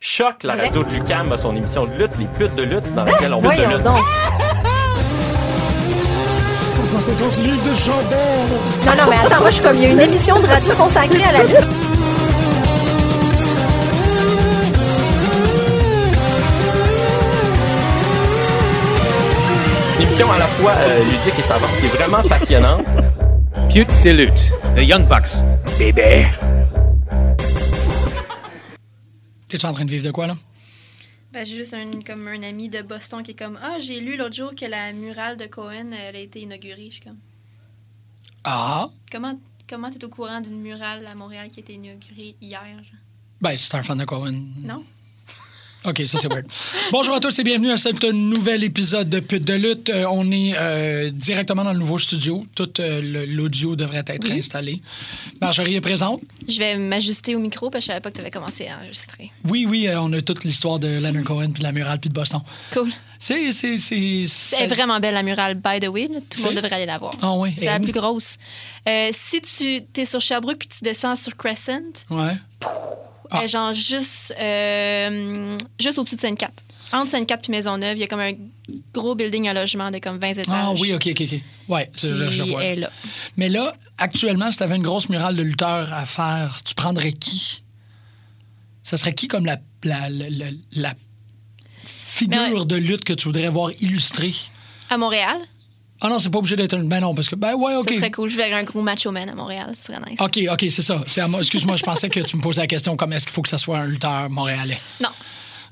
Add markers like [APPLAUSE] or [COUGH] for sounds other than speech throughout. Choc, la radio de Lucam a son émission de lutte, les putes de lutte, dans laquelle on va de Ben, Voyons lutte. donc. 350 livres de chambon. Non, non, mais attends, moi, je suis comme, il y a une émission de radio consacrée à la lutte. Une émission à la fois euh, ludique et savante qui est vraiment passionnante. Pute de lutte, The Young Bucks. Bébé. T'es en train de vivre de quoi, là? Ben, j'ai juste un, comme un ami de Boston qui est comme Ah, j'ai lu l'autre jour que la murale de Cohen, elle a été inaugurée. Je suis comme Ah, Comment comment t'es au courant d'une murale à Montréal qui a été inaugurée hier genre? ben, c'est un fan de Cohen. Non OK, ça c'est [LAUGHS] weird. Bonjour à tous et bienvenue à ce nouvel épisode de Pute de lutte. Euh, on est euh, directement dans le nouveau studio. Tout euh, le- l'audio devrait être installé. Marjorie est présente. Je vais m'ajuster au micro parce que je savais pas que t'avais commencé à enregistrer. Oui, oui, euh, on a toute l'histoire de Leonard Cohen, puis de la murale, puis de Boston. Cool. C'est... C'est c'est- C'est c'est- vraiment belle la murale, by the way. là. Tout C'est- le monde devrait aller la voir. Ah oui, C'est et la où? plus grosse. Euh, si tu es sur Sherbrooke puis tu descends sur Crescent, Ouais. Ah. euh, genre juste, euh, juste au-dessus de Sainte-Cat. Entre Sainte-Cat puis Maisonneuve, il y a comme un gros building à logement de comme 20 étages. Ah oui, OK, OK, OK. Ouais, ça, Euh, je, Qui je le vois. est là. Mais là, actuellement, si t'avais une grosse murale de lutteurs à faire, tu prendrais qui? Ça serait qui comme la, la, la- la- la figure Mais euh, de lutte que tu voudrais voir illustrée? À Montréal, Ah non, c'est pas obligé d'être une... Ben non, parce que... Ben ouais, OK. Ah. ça serait cool. Je verrais un gros macho man à Montréal. Ce serait nice. OK, OK, c'est ça. C'est à moi. Excuse-moi, je pensais que tu me posais la question comme est-ce qu'il faut que ça soit un lutteur montréalais? Non,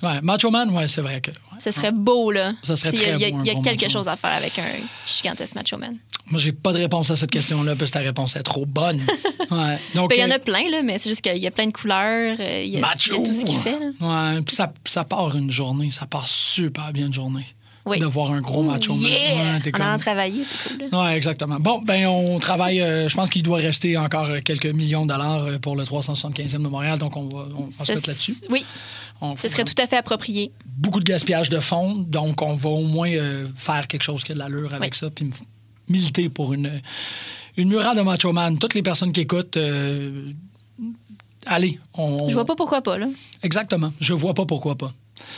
Ouais, Macho Man, ouais, c'est vrai que... ouais. ce serait beau, là. Ça serait Tu sais, Il y très a, il y a- beau, un il y a bon quelque macho chose à faire avec un gigantesque macho man. Moi, j'ai pas de réponse à cette question-là parce que ta réponse est trop [LAUGHS] bonne. Ouais. Donc, Ben, Il y en euh, a plein, là, mais c'est juste qu'il y a plein de couleurs. euh, Il y a, Macho! il y a tout ce qu'il fait. là. Ouais, puis ça, ça part une journée, ça part super bien une journée. Oui. De voir un gros macho man. Yeah! Ouais, t'es En allant comme- travailler, c'est cool. là. Ouais, exactement. Bon, ben on travaille, euh, je pense qu'il doit rester encore euh, quelques millions de dollars euh, pour le 375e de Montréal, donc on va, on, on se Ça mettre s- là-dessus. Oui, On ce serait fera tout à fait approprié. Beaucoup de gaspillage de fonds, donc on va au moins euh, faire quelque chose qui a de l'allure avec Oui. ça, puis m- militer pour une, une murade de macho man. Toutes les personnes qui écoutent, euh, allez. On, Je vois pas pourquoi pas, là. Exactement. Je vois pas pourquoi pas.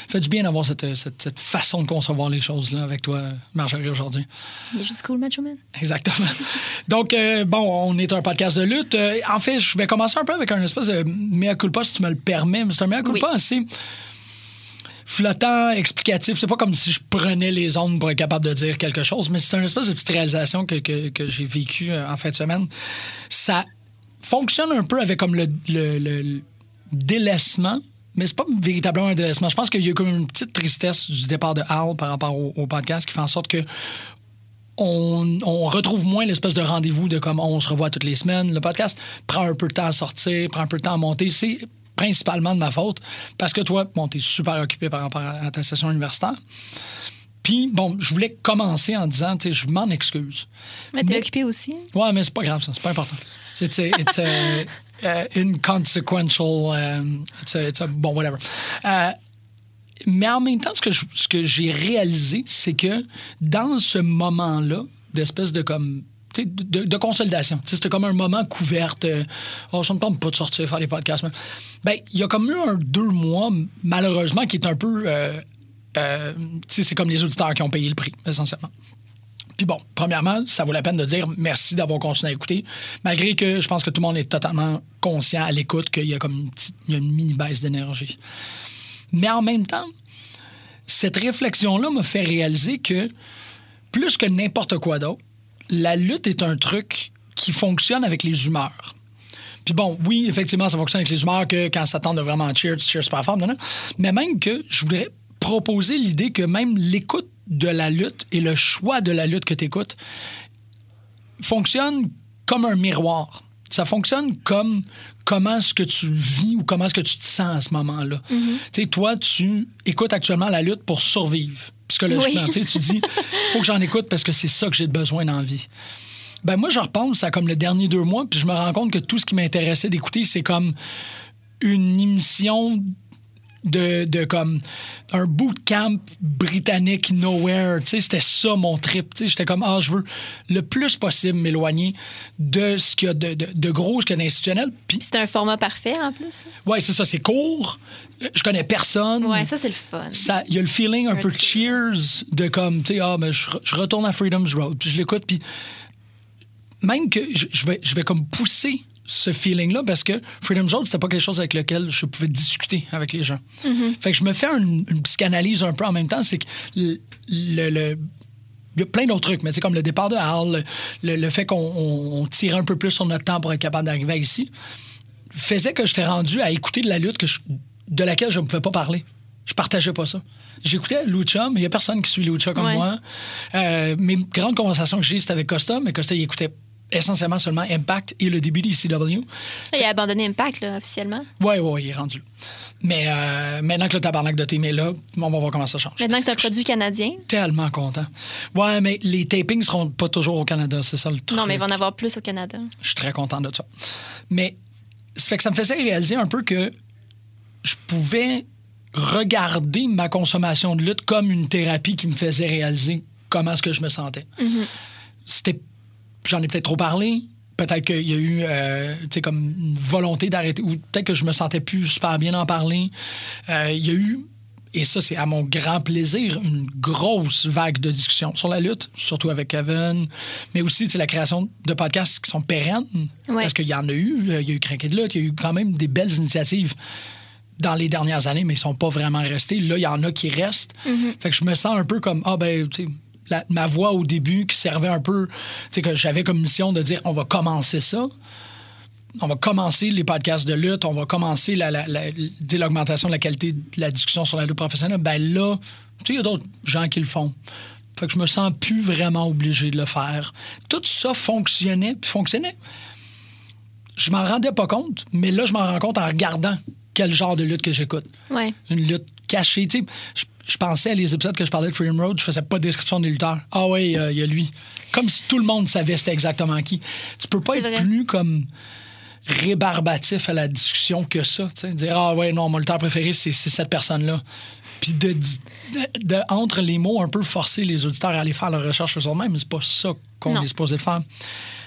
Fait du bien d'avoir cette, cette- cette façon de concevoir les choses là, avec toi, Marjorie, aujourd'hui. Il est juste cool, Macho Man. Exactement. Donc, euh, bon, on est un podcast de lutte. Euh, en fait, je vais commencer un peu avec un espèce de mea culpa, si tu me le permets. Mais C'est un mea culpa assez flottant, explicatif. C'est pas comme si je prenais les ondes pour être capable de dire quelque chose, mais c'est une espèce de petite réalisation que, que- que j'ai vécue euh, en fin de semaine. Ça fonctionne un peu avec comme le, le- le- le délaissement, mais c'est pas véritablement un délaissement. Je pense qu'il y a eu comme une petite tristesse du départ de Hal par rapport au, au podcast qui fait en sorte que on, on retrouve moins l'espèce de rendez-vous de comme on se revoit toutes les semaines. Le podcast prend un peu de temps à sortir, prend un peu de temps à monter. C'est principalement de ma faute parce que toi, bon, t'es super occupé par rapport à à ta session universitaire. Puis, bon, je voulais commencer en disant, tu sais, je m'en excuse. Mais t'es Mais- occupé aussi. hein. Ouais, mais c'est pas grave, ça. C'est pas important. C'est it's a, it's a, uh, inconsequential. um, it's a- it's a- bon, whatever. Euh, mais en même temps, ce que je- ce que j'ai réalisé, c'est que dans ce moment-là, d'espèce de comme. tu sais, De, de- de consolidation. Tu sais, C'était comme un moment couverte. euh, oh, ça me tombe pas de sortir faire des podcasts. mais- Ben, il y a comme eu un deux mois, malheureusement, qui est un peu. euh, euh, tu sais, c'est comme les auditeurs qui ont payé le prix, essentiellement. Puis bon, premièrement, ça vaut la peine de dire merci d'avoir continué à écouter, malgré que je pense que tout le monde est totalement conscient à l'écoute qu'il y a comme une, petite- il y a une mini baisse d'énergie. Mais en même temps, cette réflexion-là m'a fait réaliser que plus que n'importe quoi d'autre, la lutte est un truc qui fonctionne avec les humeurs. Puis bon, oui, effectivement, ça fonctionne avec les humeurs que quand ça tente de vraiment cheer, tu cheers super fort, non, non. Mais même que je voudrais proposer l'idée que même l'écoute de la lutte et le choix de la lutte que tu écoutes fonctionne comme un miroir. Ça fonctionne comme comment est-ce que tu vis ou comment est-ce que tu te sens à ce moment-là. Tu sais, toi, tu écoutes actuellement la lutte pour survivre. Psychologiquement, Oui. Tu sais, tu dis, faut que j'en écoute parce que c'est ça que j'ai besoin dans la vie. Ben moi, je repense à comme le dernier deux mois, puis je me rends compte que tout ce qui m'intéressait d'écouter, c'est comme une émission de, de comme un bootcamp britannique nowhere. Tu sais, c'était ça mon trip. Tu sais, j'étais comme, ah, je veux le plus possible m'éloigner de ce qu'il y a de, de, de gros, ce qu'il y a d'institutionnel. Puis, C'était un format parfait en plus. ouais, c'est ça, c'est court. Je connais personne Ouais, ça, c'est le fun. ça il y a le feeling un Un peu thrill. cheers de comme tu sais ah ben je, re- je retourne à Freedom's Road puis je l'écoute puis même que je, je vais je vais comme pousser ce feeling là parce que Freedom's Road c'était pas quelque chose avec lequel je pouvais discuter avec les gens. Fait que je me fais un- une psychanalyse un peu en même temps c'est que le- le- le il y a plein d'autres trucs, mais c'est comme le départ de Hall, le, le fait qu'on on- on tire un peu plus sur notre temps pour être capable d'arriver ici, faisait que j'étais rendu à écouter de la lutte que je- de laquelle je ne pouvais pas parler. Je partageais pas ça. J'écoutais Lucha, mais il n'y a personne qui suit Lucha comme Ouais. moi. Euh, mes grandes conversations que j'ai, c'était avec Costa, mais Costa, il écoutait essentiellement seulement Impact et le début des CW. Il a abandonné Impact, là, officiellement. Ouais, ouais, ouais, il est rendu. là. Mais euh, maintenant que le tabarnak de Témé est là, on va voir comment ça change. Maintenant que c'est un Je suis produit canadien. tellement content. Ouais, mais les tapings seront pas toujours au Canada, c'est ça le truc. Non, mais il va en avoir plus au Canada. Je suis très content de ça. Mais ça fait que ça me faisait réaliser un peu que je pouvais regarder ma consommation de lutte comme une thérapie qui me faisait réaliser comment est-ce que je me sentais. C'était j'en ai peut-être trop parlé. Peut-être qu'il y a eu euh, tu sais, comme une volonté d'arrêter, ou peut-être que je me sentais plus super bien en parler. Euh, il y a eu, et ça c'est à mon grand plaisir, une grosse vague de discussions sur la lutte, surtout avec Kevin, mais aussi tu sais, la création de podcasts qui sont pérennes, Ouais. parce qu'il y en a eu, euh, il y a eu Craqué de lutte, il y a eu quand même des belles initiatives dans les dernières années, mais ils sont pas vraiment restés. Là, il y en a qui restent. Fait que je me sens un peu comme, ah ben, tu sais, la- ma voix au début qui servait un peu, tu sais, que j'avais comme mission de dire, on va commencer ça. On va commencer les podcasts de lutte, on va commencer la- la- la- tu sais, l'augmentation de la qualité de la discussion sur la lutte professionnelle. Ben là, tu sais, il y a d'autres gens qui le font. Fait que je me sens plus vraiment obligé de le faire. Tout ça fonctionnait, puis fonctionnait je m'en rendais pas compte, mais là, je m'en rends compte en regardant quel genre de lutte que j'écoute. Ouais. Une lutte cachée. Tu sais, je, je pensais à les épisodes que je parlais de Freedom Road, je faisais pas de description des lutteurs. Ah oui, euh, il y a lui. Comme si tout le monde savait c'était exactement qui. Tu peux pas C'est être vrai. plus comme rébarbatif à la discussion que ça. tu sais. Dire, ah ouais, non, mon lutteur préféré, c'est c'est cette personne-là. Puis de, di- de- de- entre les mots, un peu forcer les auditeurs à aller faire leur recherche sur eux-mêmes, c'est pas ça qu'on Non. est supposé faire.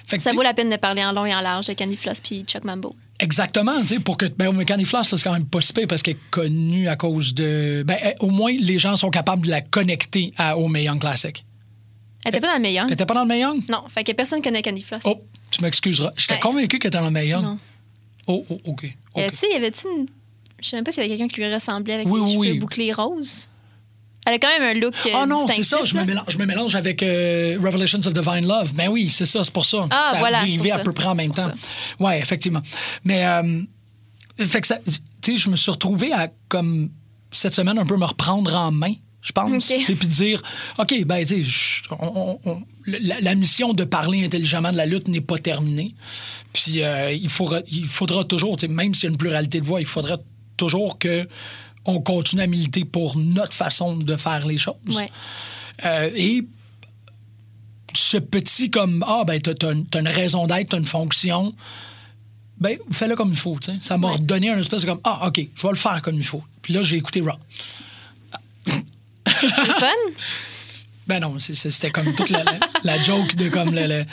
Fait que, Ça tu sais, vaut la peine de parler en long et en large de Candy Floss puis Chuck Mambo. Exactement, tu sais, pour que. Ben, mais Candy Floss, ça, c'est quand même pas si pire parce qu'elle est connue à cause de. Ben, elle- au moins, les gens sont capables de la connecter à, au Young Classic. Ah. Elle était pas dans le meilleur. Elle était pas dans le Mae Young? Non, fait que personne connaît Candy Floss. Oh, tu m'excuseras. J'étais Ben, convaincu qu'elle était dans le Mae Young. non. Oh, oh, OK. Y ok. avait-tu, y avait-tu une. Je sais même pas s'il y avait quelqu'un qui lui ressemblait avec Oui, les oui, cheveux oui. bouclés roses. Elle a quand même un look. euh, Ah non, c'est ça, distinctif, je me, là. mélange, je me mélange avec euh, Revelations of Divine Love. Ben oui, c'est ça, c'est pour ça. Ah, c'est voilà, c'est arrivé pour à ça. peu près en C'est même pour temps. Ouais, effectivement. Mais euh, fait que ça, tu sais, je me suis retrouvé à comme cette semaine un peu me reprendre en main, je pense, Ok. Tu sais, puis dire, ok, ben tu sais, je- on- on- on- la, la mission de parler intelligemment de la lutte n'est pas terminée. Puis euh, il, faudra, il faudra toujours, tu sais, même s'il y a une pluralité de voix, il faudra toujours que on continue à militer pour notre façon de faire les choses. Ouais. Euh, et ce petit comme ah ben t'as, t'as une, t'as une raison d'être, t'as une fonction, ben fais-le comme il faut. tu sais. Ça m'a redonné un espèce de comme ah ok, je vais le faire comme il faut. Puis là j'ai écouté Raw. C'est Ah! le fun. Ben non, c'est- c'est- c'était comme toute la, la- la joke de comme le. le-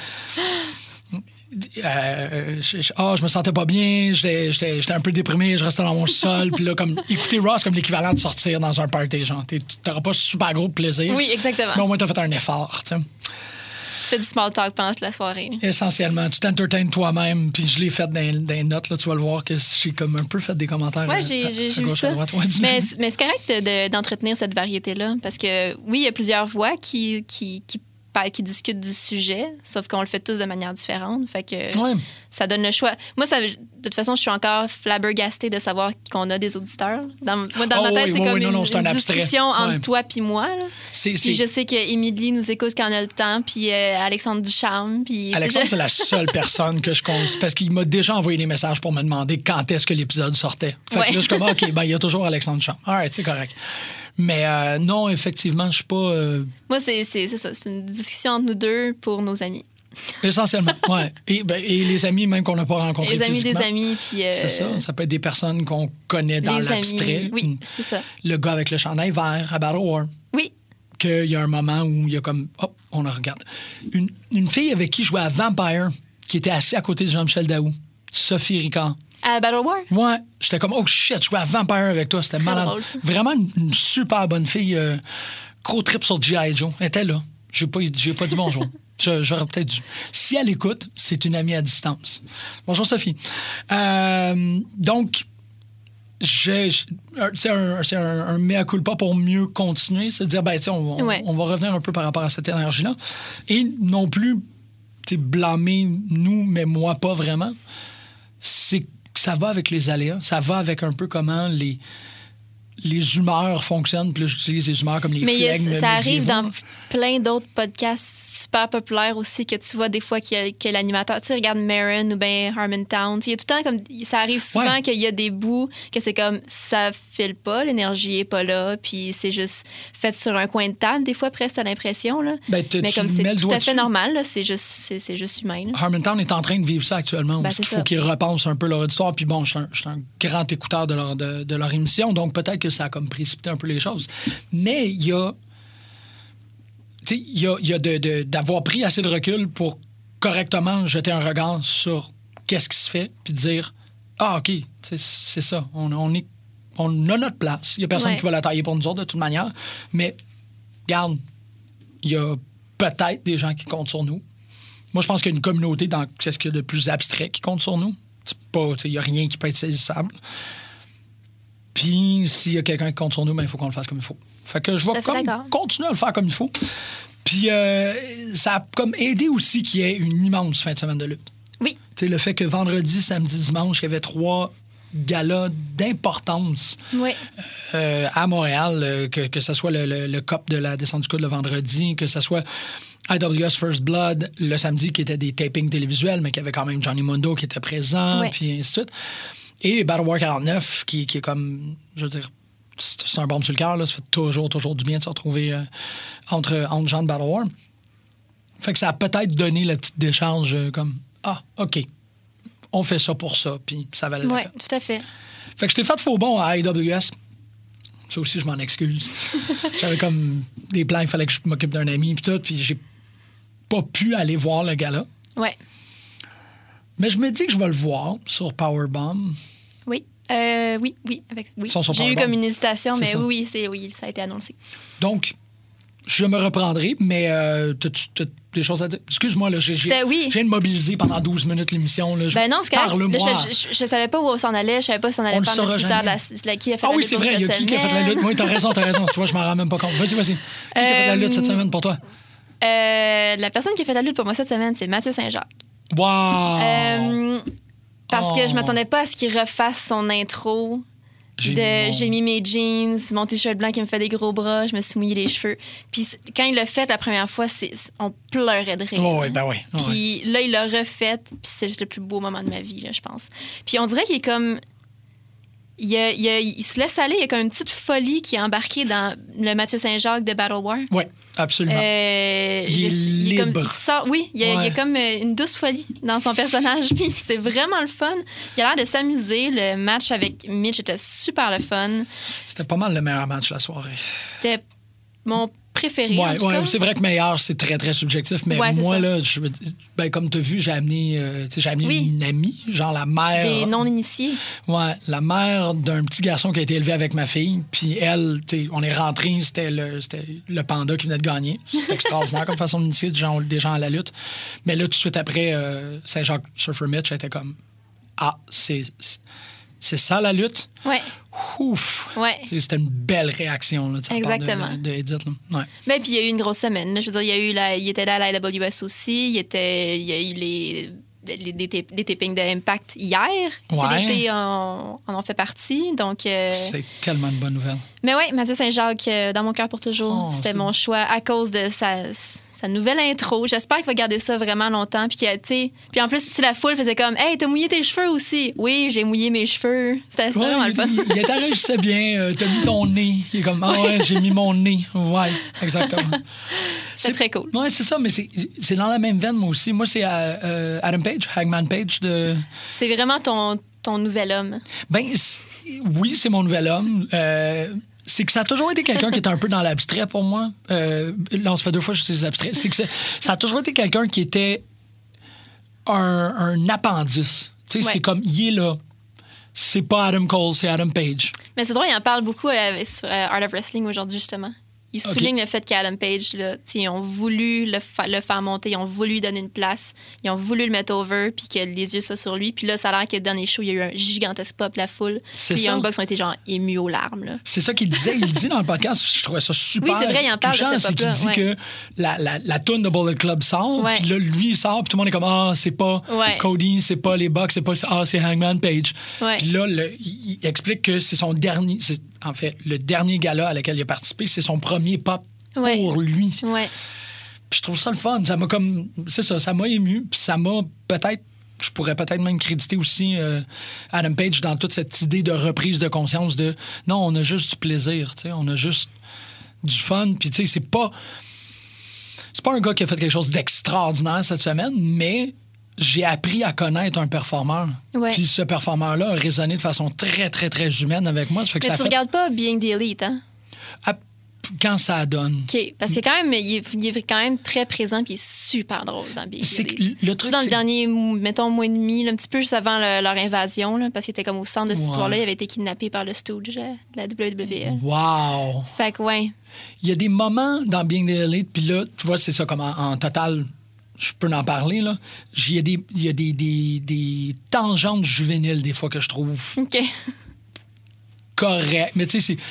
Euh, je, je- ah, je me sentais pas bien, j'étais j'étais- j'étais un peu déprimé, je restais dans mon sol. Puis là, comme, écouter Raw, c'est comme l'équivalent de sortir dans un party. Genre, T'es- t'auras pas super gros de plaisir. Oui, exactement. Mais au moins, t'as fait un effort. tu sais. Tu fais du small talk pendant toute la soirée. Essentiellement, tu t'entertaines toi-même, puis je l'ai fait dans, dans les notes, là, tu vas le voir que j'ai comme un peu fait des commentaires. à- Ouais, j'ai- à- à j'ai j'ai vu gauche, Euh, à ça. droite. Ouais, dis-le. mais mais c'est correct de- de- d'entretenir cette variété-là. Parce que oui, il y a plusieurs voix qui, qui, qui, parlent- qui discutent du sujet, sauf qu'on le fait tous de manière différente. Fait que Ouais. ça donne le choix. Moi, ça, de toute façon, je suis encore flabbergastée de savoir qu'on a des auditeurs. Dans, moi, dans Oh, ma tête, oui, c'est oui, comme oui, non, une, non, c'est un une abstrait. discussion entre Ouais. toi puis moi. là. C'est- Puis c'est- je sais que Émilie nous écoute quand on a le temps, puis euh, Alexandre Ducharme, puis... [LAUGHS] Alexandre, Je- c'est la seule personne que je compte. Parce qu'il m'a déjà envoyé des messages pour me demander quand est-ce que l'épisode sortait. Fait Ouais. que là, je suis comme, OK, ben, il y a toujours Alexandre Champ. All right, c'est correct. Mais euh, non, effectivement, je suis pas. euh, Moi, c'est c'est- c'est ça. C'est une discussion entre nous deux pour nos amis. Essentiellement, ouais. Et, ben, et les amis même qu'on n'a pas rencontrés Les amis des physiquement. amis, puis. euh, C'est ça. Ça peut être des personnes qu'on connaît dans les l'abstrait. Hmm. amis. Oui, c'est ça. Le gars avec le chandail vert à Battle War. Oui, Qu'il y a un moment où il y a comme, hop, on la regarde. Une, une fille avec qui je jouais à Vampire, qui était assise à côté de Jean-Michel Daou, Sophie Ricard. à Battle War. Ouais, j'étais comme, oh shit, je vais à Vampire avec toi, c'était Très malade. drôle, ça. Vraiment une, une super bonne fille. euh, gros trip sur G.I. Joe. Elle était là. J'ai pas, j'ai pas dit [LAUGHS] bonjour. Je- J'aurais peut-être dû. Si elle écoute, c'est une amie à distance. Bonjour Sophie. Euh, donc, j'ai- j'- un- c'est un, c'est un, un mea culpa pour mieux continuer. C'est de dire, ben, tu sais, on, on- Ouais. on va revenir un peu par rapport à cette énergie-là. Et non plus, tu sais, blâmer nous, mais moi pas vraiment. C'est que ça va avec les aléas. Ça va avec un peu comment les, les humeurs fonctionnent. Puis là, j'utilise les humeurs comme les Mais il y a- flegmes ça arrive médiévaux. dans plein d'autres podcasts super populaires aussi que tu vois des fois qu'il y a- que l'animateur, tu sais, regarde Marin ou bien Harmontown. Tu sais, Il y a tout le temps comme ça arrive souvent Ouais. qu'il y a des bouts que c'est comme ça file pas, l'énergie est pas là, puis c'est juste fait sur un coin de table des fois presque t'as l'impression là. Ben, te- Mais tu comme mets c'est le tout doigt à fait dessus. normal, là, c'est juste c'est c'est juste humain. là. Harmontown est en train de vivre ça actuellement. Ben, parce c'est qu'il faut ça. qu'ils repensent un peu leur histoire. Puis bon, je suis un, je suis un grand écouteur de leur, de, de leur émission, donc peut-être que ça a comme précipité un peu les choses. Mais il y a. Tu sais, il y a, il y a de- de- d'avoir pris assez de recul pour correctement jeter un regard sur qu'est-ce qui se fait, puis dire Ah, OK, tu sais, c'est ça. On, on est, on a notre place. Il n'y a personne Ouais. qui va la tailler pour nous autres de toute manière. Mais, garde, il y a peut-être des gens qui comptent sur nous. Moi, je pense qu'il y a une communauté dans c'est ce qu'il y a de plus abstrait qui compte sur nous. C'est pas, tu sais, il n'y a rien qui peut être saisissable. Puis, s'il y a quelqu'un qui compte sur nous, ben, il faut qu'on le fasse comme il faut. Fait que je Tout à vais fait comme d'accord. continuer à le faire comme il faut. Puis, euh, ça a comme aidé aussi qu'il y ait une immense fin de semaine de lutte. Oui, Tu sais, le fait que vendredi, samedi, dimanche, il y avait trois galas d'importance oui. euh, à Montréal, euh, que, que ce soit le, le, le COP de la descente du coude le vendredi, que ce soit IWS First Blood le samedi, qui était des tapings télévisuels, mais qui avait quand même Johnny Mundo qui était présent, Ouais. puis ainsi de suite. Et Battle War 49, qui, qui est comme, je veux dire, c'est c'est un bombe sur le cœur, là. ça fait toujours, toujours du bien de se retrouver euh, entre, entre gens de Battle War. Fait que ça a peut-être donné la petite décharge euh, comme, ah, OK, on fait ça pour ça, puis ça valait la Oui, peine. tout à fait. Fait que je t'ai fait faux bon à AWS. Ça aussi, je m'en [LAUGHS] excuse. J'avais comme des plans, il fallait que je m'occupe d'un ami, puis tout, puis j'ai pas pu aller voir le gars-là. Ouais. Mais je me dis que je vais le voir sur Powerbomb. Oui. Euh, oui, oui, avec oui. Sans son J'ai eu pardon. comme une hésitation, C'est mais ça. oui, oui, c'est oui, ça a été annoncé. Donc, je me reprendrai, mais euh, t'as-tu t'as des choses à dire? Excuse-moi, là, j'ai, j'ai, C'était- oui. j'ai mobilisé pendant 12 minutes l'émission. Là, Je- Ben non, c'est correct. Là, Parle-moi. je, je, je savais pas où on s'en allait. Je savais pas si on allait On le faire saura notre lutteur de la, jamais. de la- qui a fait Ah la oui, lutte c'est pour vrai, il y a cette qui qui a fait la semaine. lutte? Oui, t'as raison, t'as raison. Tu vois, je m'en rends même pas compte. Vas-y, vas-y. Qui a fait la lutte cette Euh, semaine pour toi? Euh, la personne qui a fait la lutte pour moi cette semaine, c'est Mathieu Saint-Jacques. Wow! Euh, parce que Oh. je m'attendais pas à ce qu'il refasse son intro. J'ai de- mon- J'ai mis mes jeans, mon t-shirt blanc qui me fait des gros bras, je me suis mouillé les cheveux. Puis c'est- quand il l'a fait la première fois, c'est on pleurait de rire. Oh, ouais, ben ouais. ouais. Puis là, il l'a refaite. Puis c'est juste le plus beau moment de ma vie, là, je pense. Puis on dirait qu'il est comme. Il, a- il a- il se laisse aller. Il y a comme une petite folie qui est embarquée dans le Mathieu Saint-Jacques de Battle War. Oui, absolument. Euh, Ah. Il est je- il est comme- libre. il sort- oui, il y, a, il y a Ouais. comme euh, une douce folie dans son personnage. [LAUGHS] Puis c'est vraiment le fun. Il a l'air de s'amuser. Le match avec Mitch était super le fun. C'était pas mal le meilleur match de la soirée. C'était mon préféré. en Ouais, tout ouais, cas. c'est vrai que meilleur, c'est très, très subjectif. Mais Ouais, c'est moi, ça. là, je, veux dire, ben, comme tu as vu, j'ai amené, euh, tu sais, j'ai amené Oui. une amie, genre la mère. Des non-initiés. Ouais, la mère d'un petit garçon qui a été élevé avec ma fille. Puis elle, tu sais, on est rentré, c'était le, c'était le panda qui venait de gagner. C'était extraordinaire comme façon d'initier des gens, des gens à la lutte. Mais là, tout de suite après, euh, Saint-Jacques Surfer Mitch elle était comme Ah, c'est, c'est- c'est ça la lutte? Ouais. Ouf! Ouais. Tu sais, C'était une belle réaction là, de sa part de- Exactement. de, de Edith, là. Ouais. Mais puis il y a eu une grosse semaine. là. Je veux dire, il, y a eu la, il était là à la AWS aussi. Il, était, il y a eu les, les, des tap- des tapings de Impact hier. Ouais. L'été en, en ont fait partie. Donc, euh, C'est tellement une bonne nouvelle. Mais oui, Mathieu Saint-Jacques, euh, dans mon cœur pour toujours. Oh, c'est C'était beau. mon choix à cause de sa, sa nouvelle intro. J'espère qu'il va garder ça vraiment longtemps. Puis, que, tu sais, puis en plus, tu sais, la foule faisait comme Hey, t'as mouillé tes cheveux aussi. Oui, j'ai mouillé mes cheveux. C'était c'était Ouais, vraiment le il, fun. [LAUGHS] il, il t'enregistré [LAUGHS] bien, euh, t'as mis ton nez. Il est comme, ah ouais, j'ai mis mon nez. Ouais, exactement. C'est très cool. Ouais, c'est ça, mais c'est c'est dans la même veine, moi aussi. Moi, c'est euh, euh, Adam Page, Hangman Page de. C'est vraiment ton, ton nouvel homme. Ben, c'est- oui, c'est mon nouvel homme. Euh, c'est que ça a toujours été quelqu'un qui était un peu dans l'abstrait pour moi. Euh, là, on se fait deux fois que les abstraits. C'est que ça, ça a toujours été quelqu'un qui était un, un appendice. Tu sais, Ouais. c'est comme, il est là. C'est pas Adam Cole, c'est Adam Page. Mais c'est drôle, il en parle beaucoup euh, sur euh, Art of Wrestling aujourd'hui, justement. Il Ok. souligne le fait qu'Adam Page, là, tu sais, ils ont voulu le, fa- le faire monter, ils ont voulu lui donner une place, ils ont voulu le mettre over, puis que les yeux soient sur lui. Puis là, ça a l'air que le dernier show, il y a eu un gigantesque pop, la foule. C'est Puis les ça. Young Bucks ont été genre émus aux larmes. Là. C'est ça qu'il disait. Il dit dans le podcast, je trouvais ça super. Oui, c'est vrai, il en parle de touchant, cette C'est qu'il dit époque-là, que la, la, la toune de Bullet Club sort, Ouais. puis là, lui, il sort, puis tout le monde est comme Ah, c'est pas Ouais. Cody, c'est pas les Bucks, c'est pas. Ah, c'est Hangman Page. Ouais. Puis là, le- il, il explique que c'est son dernier. c'est, En fait, le dernier gala à laquelle il a participé, c'est son premier pop Ouais. pour lui. Ouais. Puis je trouve ça le fun. Ça m'a comme. C'est ça, ça m'a ému. Puis ça m'a peut-être. Je pourrais peut-être même créditer aussi euh, Adam Page dans toute cette idée de reprise de conscience de non, on a juste du plaisir, tu sais, on a juste du fun. Puis tu sais, c'est pas. C'est pas un gars qui a fait quelque chose d'extraordinaire cette semaine, mais j'ai appris à connaître un performeur. Ouais. Puis ce performeur-là a résonné de façon très, très, très humaine avec moi. Ça fait que Mais ça tu fait. regardes pas Being the Elite, hein? à- Quand ça donne. OK. Parce que quand même, il est, il est quand même très présent, puis il est super drôle dans Being the C'est Elite. que le Surtout truc. dans le c'est- dernier, mettons, mois et demi, là, un petit peu juste avant le- leur invasion, là, parce qu'il était comme au centre de cette Ouais. Mm. histoire-là, il avait été kidnappé par le Stooge euh, de la WWE. Wow! Fait que, ouais. il y a des moments dans Being the Elite, puis là, tu vois, c'est ça, comme en, en total, je peux en parler, là. J'y- Il y a, des, il y a des, des- des tangentes juvéniles, des fois, que je trouve OK. correctes. Mais tu sais, c'est-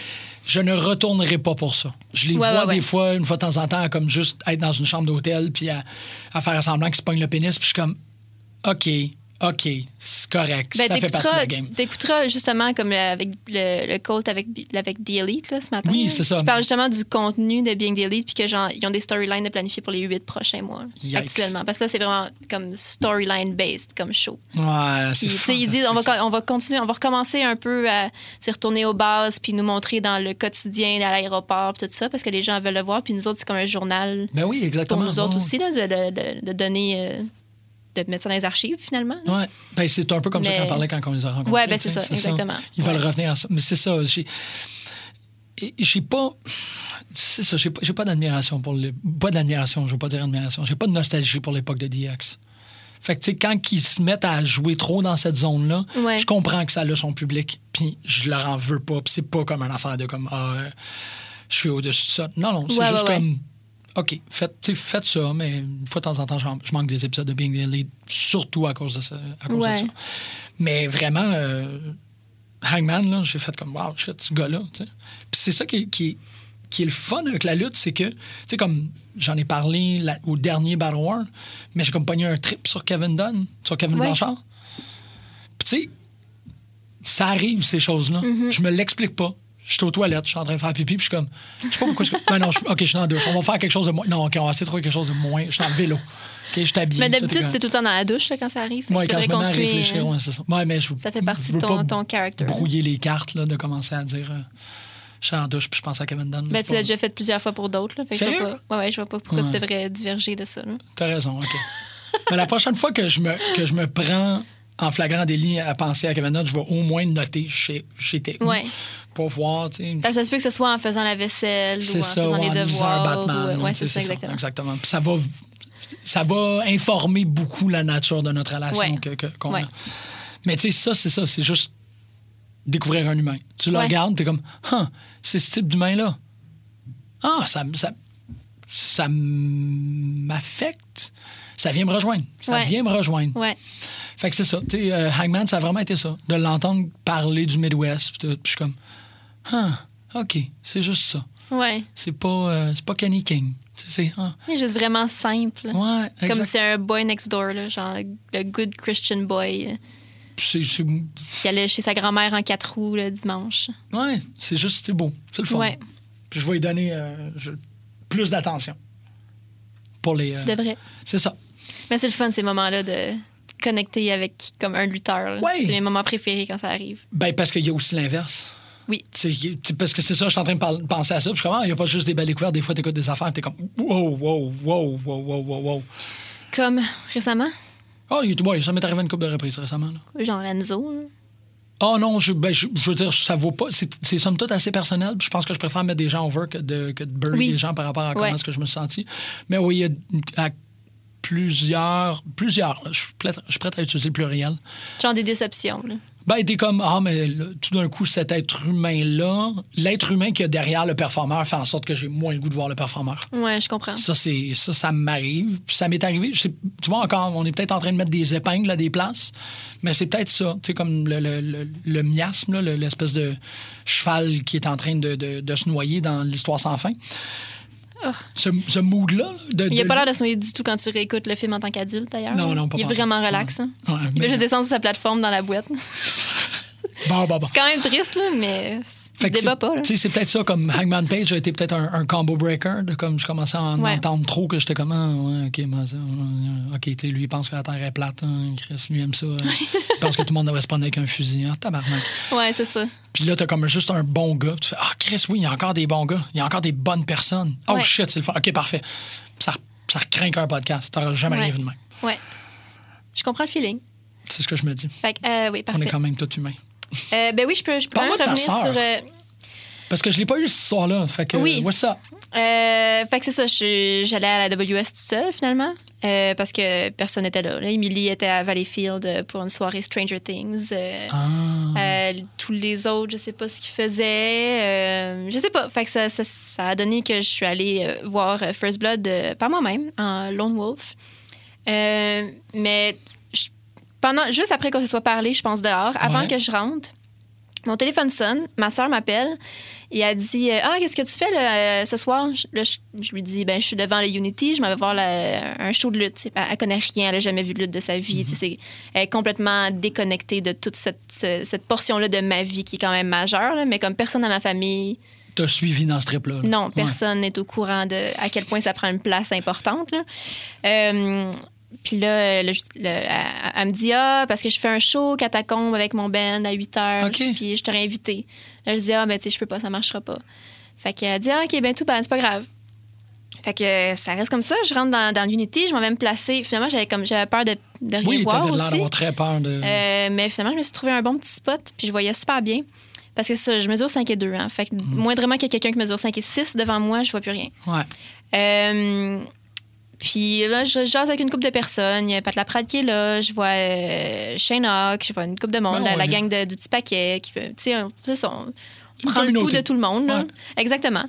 je ne retournerai pas pour ça. Je les Ouais, vois ouais, ouais. des fois, une fois de temps en temps, à comme juste être dans une chambre d'hôtel, puis à, à faire semblant qu'ils se pognent le pénis, puis je suis comme, OK, OK, c'est correct, Ben, ça fait partie de t'écouteras, la game. t'écouteras justement comme euh, avec le, le Colt avec, avec The Elite là, ce matin. Oui, là, c'est ça. Qui parle justement du contenu de Being The Elite, puis que genre, ils ont des storylines de planifier pour les huit prochains mois, là, Yikes. actuellement. Parce que là, c'est vraiment comme storyline-based comme show. Ouais, c'est Puis, tu sais, ils disent, on va, fantastique. on va continuer, on va recommencer un peu à tu sais, retourner aux bases, puis nous montrer dans le quotidien, à l'aéroport, puis tout ça, parce que les gens veulent le voir. Puis nous autres, c'est comme un journal Ben oui, pour exactement. nous autres non. aussi, là, de, de- de- de donner, euh, de mettre ça dans les archives, finalement. là. Ouais. Ben, c'est un peu comme ça Mais- qu'on parlait quand on les a rencontrés. Ouais, ben, tu sais, c'est ça, exactement. Ils veulent Ouais. revenir à ça. Mais c'est ça, j'ai. et J'ai pas. C'est ça, j'ai pas, j'ai pas d'admiration pour le. Pas d'admiration, je veux pas dire admiration. J'ai pas de nostalgie pour l'époque de DX. Fait que, tu sais, quand ils se mettent à jouer trop dans cette zone-là, Ouais. je comprends que ça a son public, puis je leur en veux pas, puis c'est pas comme un affaire de comme, ah, euh, je suis au-dessus de ça. Non, non, c'est Ouais, juste ouais, ouais. comme, OK, faites, tu sais, faites ça, mais une fois de temps en temps, j'en- je manque des épisodes de Being the Elite, surtout à cause de ça. à cause de Ouais. ça. Mais vraiment, euh, Hangman, là, j'ai fait comme, wow, shit, ce gars-là. tu sais. Puis c'est ça qui est, qui, est- qui est le fun avec la lutte, c'est que, tu sais, comme j'en ai parlé la- au dernier Battle War, mais j'ai comme pogné un trip sur Kevin Dunn, sur Kevin Ouais. Blanchard. Puis tu sais, ça arrive, ces choses-là. Mm-hmm. Je me l'explique pas. Je suis aux toilettes, je suis en train de faire pipi, puis je suis comme, je sais pas pourquoi. Je... Ben non, je... ok, je suis en douche. On va faire quelque chose de moins. Non, ok, on va essayer de trouver quelque chose de moins. Je suis en vélo. Ok, je t'habille. Mais Tout d'habitude, est c'est tout le temps dans la douche là, quand ça arrive. Fait moi, que quand je me mets à faudrait continuer, réfléchir, euh, ouais, c'est ça. Ouais, mais je, Ça fait je partie veux de pas ton, ton character. là. brouiller les cartes, là, de commencer à dire euh, je suis en douche, puis je pense à Kevin Dunn. Ben, C'est tu l'as pas- déjà fait plusieurs fois pour d'autres. là, Fait que je vois Sérieux? pas, ouais, ouais, je vois pas pourquoi Ouais. tu devrais diverger de ça. là. T'as raison, OK. mais la prochaine fois que je me, que je me prends en flagrant délit à penser à Kevin Dunn, je vais au moins noter chez- j'étais où Ouais. pour voir, tu sais. Parce que ça se peut que ce soit en faisant la vaisselle ou en C'est ça, faisant les ou en lisant un devoirs. Batman. ou- euh, là, ouais, tu sais, c'est ça, exactement. Puis ça va, ça va informer beaucoup la nature de notre relation Ouais. que- que- qu'on Ouais. a. Mais tu sais, ça, c'est ça. C'est juste découvrir un humain. Tu le Ouais. regardes, t'es comme, Huh, c'est ce type d'humain-là. Ah, ça, m- ça, ça m'affecte. Ça vient me rejoindre. Ça Ouais. vient me rejoindre. Ouais. Fait que c'est ça. Tu sais, euh, Hangman, ça a vraiment été ça. De l'entendre parler du Midwest. Puis tout. Puis je suis comme, ah, OK, c'est juste ça. Ouais. C'est pas, euh, c'est pas Kenny King. Tu sais, C'est ah, Mais juste vraiment simple. ouais, exact. Hum. Comme c'est un boy next door, là, genre le good Christian boy euh, c'est c'est- qui allait chez sa grand-mère en quatre roues le dimanche. ouais, c'est juste c'est beau, c'est le fun. Ouais, Puis je vais lui donner euh, je- plus d'attention pour les. tu euh, devrais. c'est ça. Mais c'est le fun ces moments-là de connecter avec comme un lutteur. là. Ouais. C'est mes moments préférés quand ça arrive. Ben parce qu'il y a aussi l'inverse. Oui. C'est- c'est- parce que c'est ça, je suis en train de parler- penser à ça. puis je suis comme, ah, il n'y a pas juste des belles découvertes. Des fois, tu écoutes des affaires, tu es comme, wow, wow, wow, wow, wow, wow, wow. Comme récemment, Oh, il- ouais, ça m'est arrivé une couple de reprises récemment. là. genre Enzo. là. Oh non, je, ben, je, je veux dire, ça vaut pas. C'est c'est somme toute assez personnel. puis Je pense que je préfère mettre des gens over que de, que de bury Oui. des gens par rapport à comment Ouais. est-ce que je me suis senti. Mais oui, il y a à plusieurs. Plusieurs. là, je, suis prête, je suis prête à utiliser le pluriel. Genre des déceptions. là. Ben, t'es comme, ah, mais là, tout d'un coup, cet être humain-là, l'être humain qui est derrière le performeur fait en sorte que j'ai moins le goût de voir le performeur. Ouais, je comprends. Ça, c'est ça, ça m'arrive. Puis Ça m'est arrivé. je sais- tu vois, encore, on est peut-être en train de mettre des épingles à des places, mais c'est peut-être ça. Tu sais, comme le, le, le- le miasme, là, le- l'espèce de cheval qui est en train de, de- de se noyer dans l'histoire sans fin. Oh. Ce, ce mood-là. De, Il a de- pas l'air de se noyer du tout quand tu réécoutes le film en tant qu'adulte, d'ailleurs. Non, non, pas Il est partout. vraiment relax. hein. Ouais, Il mais- veut juste descendre sur sa plateforme dans la boîte. [LAUGHS] Bon, bon, bon. C'est quand même triste, là, mais il Fait que débat c'est- pas. Là. tu sais, C'est peut-être ça, comme Hangman Page a été peut-être un, un combo breaker, de comme je commençais à en Ouais. entendre trop, que j'étais comme, ah, ouais, ok, mais ça, ouais, ok, tu sais, lui, il pense que la Terre est plate, hein, Chris, lui aime ça, hein. il pense que tout le monde devrait se prendre avec un fusil, ah, tabarnak. Ouais, c'est ça. Puis là, t'as comme juste un bon gars, tu fais, ah, Chris, oui, il y a encore des bons gars, il y a encore des bonnes personnes, oh Ouais. shit, c'est le fun, ok, parfait. Ça, ça recrinque un podcast, t'aurais jamais Ouais. rien vu de même. Ouais. Je comprends le feeling. C'est ce que je me dis, Fait que, euh, oui, on est parfait. quand même tous humains. Euh, ben oui, je peux, je peux Parle-moi de ta revenir sœur. sur. euh, Parce que je l'ai pas eu cette soir-là, fait que, Oui. what's up? Euh, fait que c'est ça, je- j'allais à la WS toute seule finalement. euh, parce que personne n'était là, là. Emily était à Valleyfield euh, pour une soirée Stranger Things. euh, Ah. euh, tous les autres, je sais pas ce qu'ils faisaient. euh, je sais pas. Fait que ça, ça, ça a donné que je suis allée euh, voir euh, First Blood euh, par moi-même, en Lone Wolf. Euh, mais je- pendant, juste après qu'on se soit parlé, je pense dehors, avant Ouais. que je rentre, mon téléphone sonne, ma soeur m'appelle et elle dit euh, Ah, qu'est-ce que tu fais là, euh, ce soir je, là, je, je lui dis ben, Je suis devant le Unity, je m'en vais voir la- un show de lutte. Tu sais, Elle, elle connaît rien, elle n'a jamais vu de lutte de sa vie. tu sais, c'est- elle est complètement déconnectée de toute cette, ce- cette portion-là de ma vie qui est quand même majeure, là, mais comme personne dans ma famille, T'as suivi dans ce trip-là. là. non, Ouais. personne n'est au courant de à quel point ça prend une place importante. là. Euh, puis là, le- le- elle, elle me dit Ah, parce que je fais un show catacombe avec mon band à 8 heures, OK. puis je t'aurais invité. Là, je dis Ah, ben, tu sais, je peux pas, ça marchera pas. Fait qu'elle dit Ah, OK, ben, tout, ben, c'est pas grave. Fait que ça reste comme ça. Je rentre dans, dans l'unité, je m'en vais me placer. Finalement, j'avais comme j'avais peur de, de rien Oui, voir t'avais l'air aussi. d'avoir très peur de. Euh, mais finalement, je me suis trouvé un bon petit spot, puis je voyais super bien. Parce que ça, je mesure 5 et 2. Hein. Fait que moindrement qu'il y a quelqu'un qui mesure 5 et 6 devant moi, je vois plus rien. Mhm. Ouais. Euh, puis là, je jase avec une couple de personnes. Il y a Pat Laprade qui est là. Je vois euh, Shane Hawk. Je vois une couple de monde. Ben la, la ouais. gang de- du petit paquet. Qui, fait- tu sais, on- c'est ça, on Une prend le pouls communauté. de tout le monde. là. Ouais. Exactement.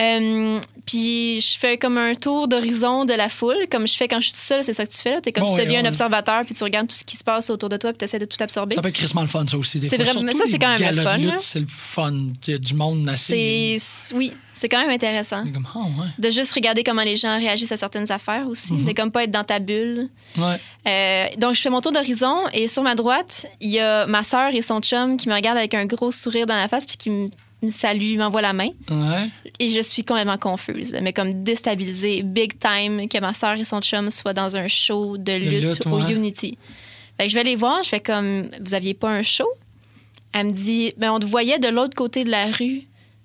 Euh, puis je fais comme un tour d'horizon de la foule. Comme je fais quand je suis toute seule, c'est ça que tu fais. là. T'es comme Ben tu ouais, deviens ouais. un observateur, puis tu regardes tout ce qui se passe autour de toi, puis t'essaies de tout absorber. Ça peut être crissement le fun, ça aussi. des C'est fois. vraiment- Surtout ça, c'est les quand même le galas de fun, lutte, là. C'est le fun. Il y a du monde assez. C'est oui, c'est quand même intéressant On est comme, Ah, ouais. de juste regarder comment les gens réagissent à certaines affaires aussi, Mhm. de comme pas être dans ta bulle. Ouais. Euh, donc je fais mon tour d'horizon et sur ma droite, il y a ma sœur et son chum qui me regardent avec un gros sourire dans la face puis qui me me salue, m'envoie la main Ouais. et je suis complètement confuse, mais comme déstabilisée big time que ma sœur et son chum soient dans un show de lutte, lutte, au ouais. Unity. Fait que je vais les voir, je fais comme vous aviez pas un show Elle me dit ben on te voyait de l'autre côté de la rue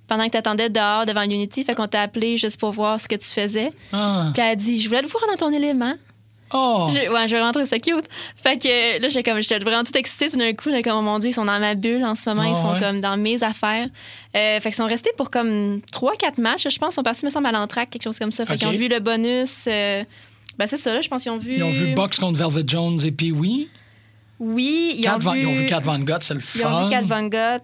pendant que tu attendais dehors devant l'Unity, fait qu'on t'a appelé juste pour voir ce que tu faisais. Ah. Puis elle a dit je voulais te voir dans ton élément. Oh. J'ai- ouais, je vais rentrer, c'est cute. Fait que là, j'ai comme, j'étais vraiment tout excitée tout d'un coup. Là, comme, oh mon Dieu, ils sont dans ma bulle en ce moment. Ouais, ils sont ouais. comme dans mes affaires. Euh, fait qu'ils sont restés pour comme 3-4 matchs, je pense. Ils sont partis, me semble, à l'entraque, quelque chose comme ça. Fait Ok. qu'ils ont vu le bonus. euh, ben, c'est ça, là. Je pense qu'ils ont vu. Ils ont vu Box contre Velvet Jones et puis oui. Oui, ils ont Kat Van- vu. Ils ont vu Oh. Kat Van Gogh, c'est le fun. Ils ont vu Kat Van Gogh.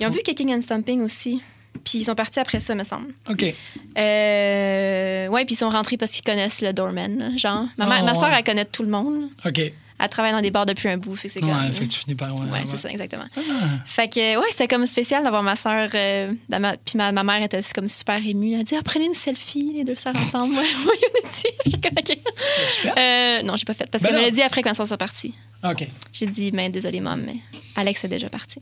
Ils ont vu Kicking and Stomping aussi. Puis ils sont partis après ça, me semble. OK. Euh, ouais, puis ils sont rentrés parce qu'ils connaissent le doorman, là, genre. Ma, ma- Ah, ma soeur, ouais. elle connaît tout le monde. là. OK. Ouais, Elle travaille dans des bars depuis un bout, fait que c'est comme... fait que tu finis par. Ouais, Ouais, ouais. c'est ça, exactement. Ah. Fait que, ouais, c'était comme spécial d'avoir ma sœur. euh, dans ma... Puis ma, ma mère était comme super émue. Elle dit Ah, prenez une selfie, les deux sœurs ensemble. [LAUGHS] Ouais, ouais, Unity. J'ai comme, OK. Super. Euh, non, j'ai pas fait. Parce Ben qu'elle me non. l'a dit après quand ils sont partis. OK. J'ai dit Ben, désolé, maman, mais Alex est déjà parti.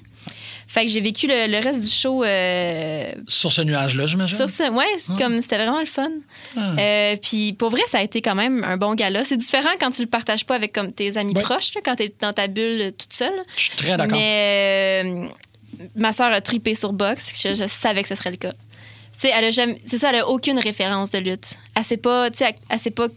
Fait que j'ai vécu le, le reste du show euh, Sur ce nuage-là, j'imagine. sur ce. Ouais, c'est Ouais. comme c'était vraiment le fun. Ah. Euh, puis pour vrai, ça a été quand même un bon gala. C'est différent quand tu le partages pas avec comme tes amis Ouais. Ah, proches, là, quand t'es dans ta bulle euh, toute seule. Je suis très d'accord. Mais euh, ma sœur a tripé sur boxe. Je, je savais que ce serait le cas. Tu sais, elle a jamais- c'est ça, elle a aucune référence de lutte. Elle sait pas, tu sais, elle- elle sait pas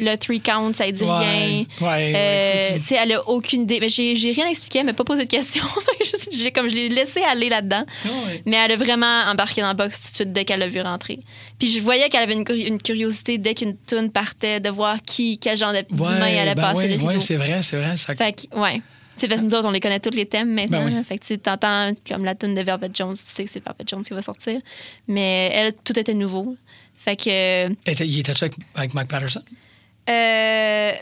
le three count, ça dit rien. Ouais, ouais, Euh, ouais, faut tu que tu- sais, elle a aucune idée. Mais j'ai j'ai rien expliqué, elle m'a pas posé de questions. [LAUGHS] Je- je l'ai- comme je l'ai laissé aller là-dedans. Ah ouais. Mais elle a vraiment embarqué dans la boxe tout de suite dès qu'elle l'a vu rentrer. Puis je voyais qu'elle avait une, curi- une curiosité dès qu'une toune partait de voir qui, quel genre de- d'humain Ouais, allait ben passer ouais, le rideau. ouais, c'est vrai, c'est vrai. Ça... Fait que, ouais. Tu sais, parce que nous autres, on les connaît tous les thèmes maintenant. Ben oui. là. Fait que tu sais, t'entends comme la tune de Velvet Jones, tu sais que c'est Velvet Jones qui va sortir. Mais elle, tout était nouveau. Fait que. euh, Était- Il était-tu avec, avec Mike Patterson?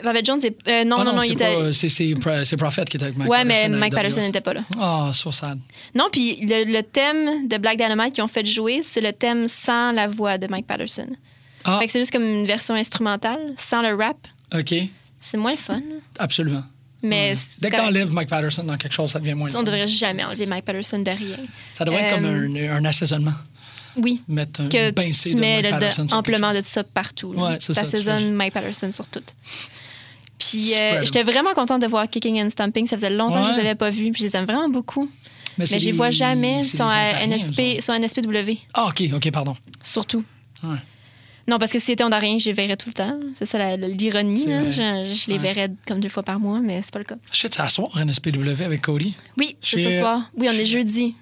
Velvet Jones, est- euh, non, Ah non, non, il c'est était. pas- c'est- C'est Pro- c'est Prophet qui était avec Mike ouais, Patterson. mais à Mike Patterson WS. n'était pas là. Ah, so sad. Non, puis le, le thème de Black Dynamite qu'ils ont fait jouer, c'est le thème sans la voix de Mike Patterson. Ah, Fait que c'est juste comme une version instrumentale, sans le rap. OK. C'est moins le fun. Absolument. Mm. Mais c'est Dès que correct. t'enlèves Mike Patterson dans quelque chose, ça devient moins. le on fun. devrait jamais enlever Mike Patterson de rien. Ça devrait être comme Euh, un, un assaisonnement. Oui. Mettre un que une pincée tu Mm-hmm. Ben, de mets Mike le- de- Patterson sur quelque amplement chose. de ça partout. là. Ouais, c'est ça, tu T'assaisonnes fais- Mike Patterson sur tout. Puis Spread euh, 'em. j'étais vraiment contente de voir Kicking and Stomping. Ça faisait longtemps que je les Ouais. avais pas vus. Puis je les aime vraiment beaucoup. c'est Mais je les des- vois jamais. Ils c'est sont des à Ontariens, NSP, eux autres. sont à NSPW, Ah, OK, OK, pardon. surtout. Ouais. Non, parce que si c'était ondarien, je les verrais tout le temps. C'est ça la- la- l'ironie. C'est là. vrai. Je, je les Ouais. verrais comme deux fois par mois, mais c'est pas le cas. Shit, c'est à soir, NSPW avec Cody. Oui, c'est Chez- ce soir. Oui, on est chez- jeudi.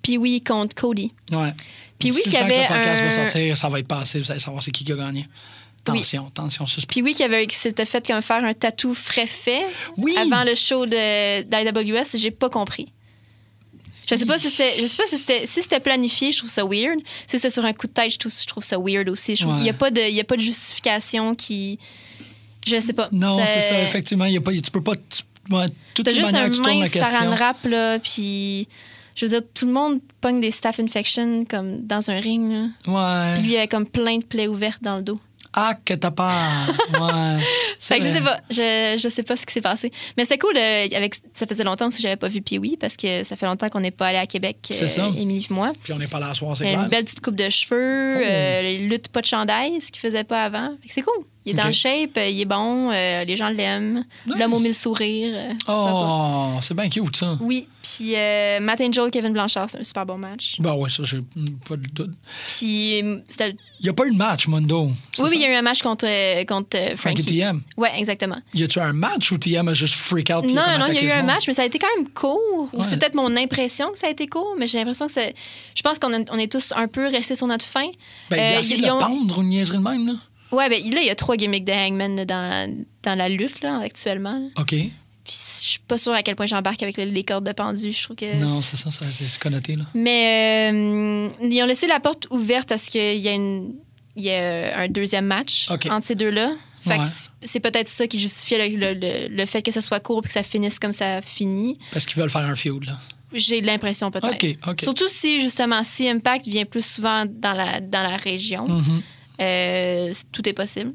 Puis oui, contre Cody. Ouais. Puis oui, D'ici qu'il y le temps que avait le podcast un- va sortir, ça va être passé, vous allez savoir c'est qui qui a gagné. Tension, tension, suspect. Puis oui, qu'il y avait- qu'il s'était fait comme faire un tatou frais fait Oui. avant le show de d'IWS, j'ai pas compris. Je sais pas si c'était, je sais pas si c'était, si c'était planifié, je trouve ça weird. Si c'était sur un coup de tête, je trouve, je trouve ça weird aussi. Je trouve- Il y a Ouais. pas de, il y a pas de justification qui, je sais pas. Non, c'est ça, effectivement, il y a pas, tu peux pas. Tu, ouais, toutes T'as les juste manières un que tu tournes la mince saran question. wrap là, puis je veux dire, tout le monde pogne des staff infections comme dans un ring. Là. Puis Ouais. lui, il avait comme plein de plaies ouvertes dans le dos. Ah, que t'as pas. [LAUGHS] Ouais. Fait C'est que je vrai. sais pas, je, je sais pas ce qui s'est passé. Mais c'est cool, euh, avec, ça faisait longtemps aussi que j'avais pas vu Pee-Wee parce que ça fait longtemps qu'on n'est pas allé à Québec, euh, C'est ça. Émilie et moi. Puis on n'est pas là à soir, c'est Il a clair. une belle petite coupe de cheveux, Oh. euh, il lutte pas de chandail, ce qu'il faisait pas avant. Fait que c'est cool. Il est Ok. en shape, euh, il est bon, euh, les gens l'aiment. Nice. L'homme aux mille sourires. euh, pourquoi Oh, c'est bien cute, ça. pas. Oui, puis euh, Matt Angel, Kevin Blanchard, c'est un super bon match. Ben ouais, ça, j'ai mm, pas de doute. Puis euh, c'était- Il n'y a pas eu de match, Mundo. c'est oui, oui, ça? il y a eu un match contre, euh, contre euh, Frankie. Frankie TM. Ouais, exactement. Y a-tu un match ou TM a juste freak out? Oh, puis Non, a comme non, il y a attaqué eu le un monde? match, mais ça a été quand même court. Ou Ouais. c'est peut-être mon impression que ça a été court, mais j'ai l'impression que c'est. Je pense qu'on est- on est tous un peu restés sur notre faim. Ben, il Euh, a essayé ils de ont- pendre une niaiserie de même, là. Ouais, ben là, il y a trois gimmicks de Hangman dans, dans la lutte, là, actuellement. là. OK. Puis je suis pas sûre à quel point j'embarque avec le- les cordes de pendu. Je trouve que. Non, c'est- c'est ça, ça c'est c'est connoté, là. Mais euh, ils ont laissé la porte ouverte à ce qu'il y ait une. Il y a un deuxième match Ok. entre ces deux-là. Fait que Ouais. c'est- c'est peut-être ça qui justifiait le, le- le- le fait que ce soit court et que ça finisse comme ça finit. Parce qu'ils veulent faire un feud, là. J'ai l'impression peut-être. OK, OK. Surtout si, justement, si Impact vient plus souvent dans la, dans la région, Mhm. euh, c- tout est possible.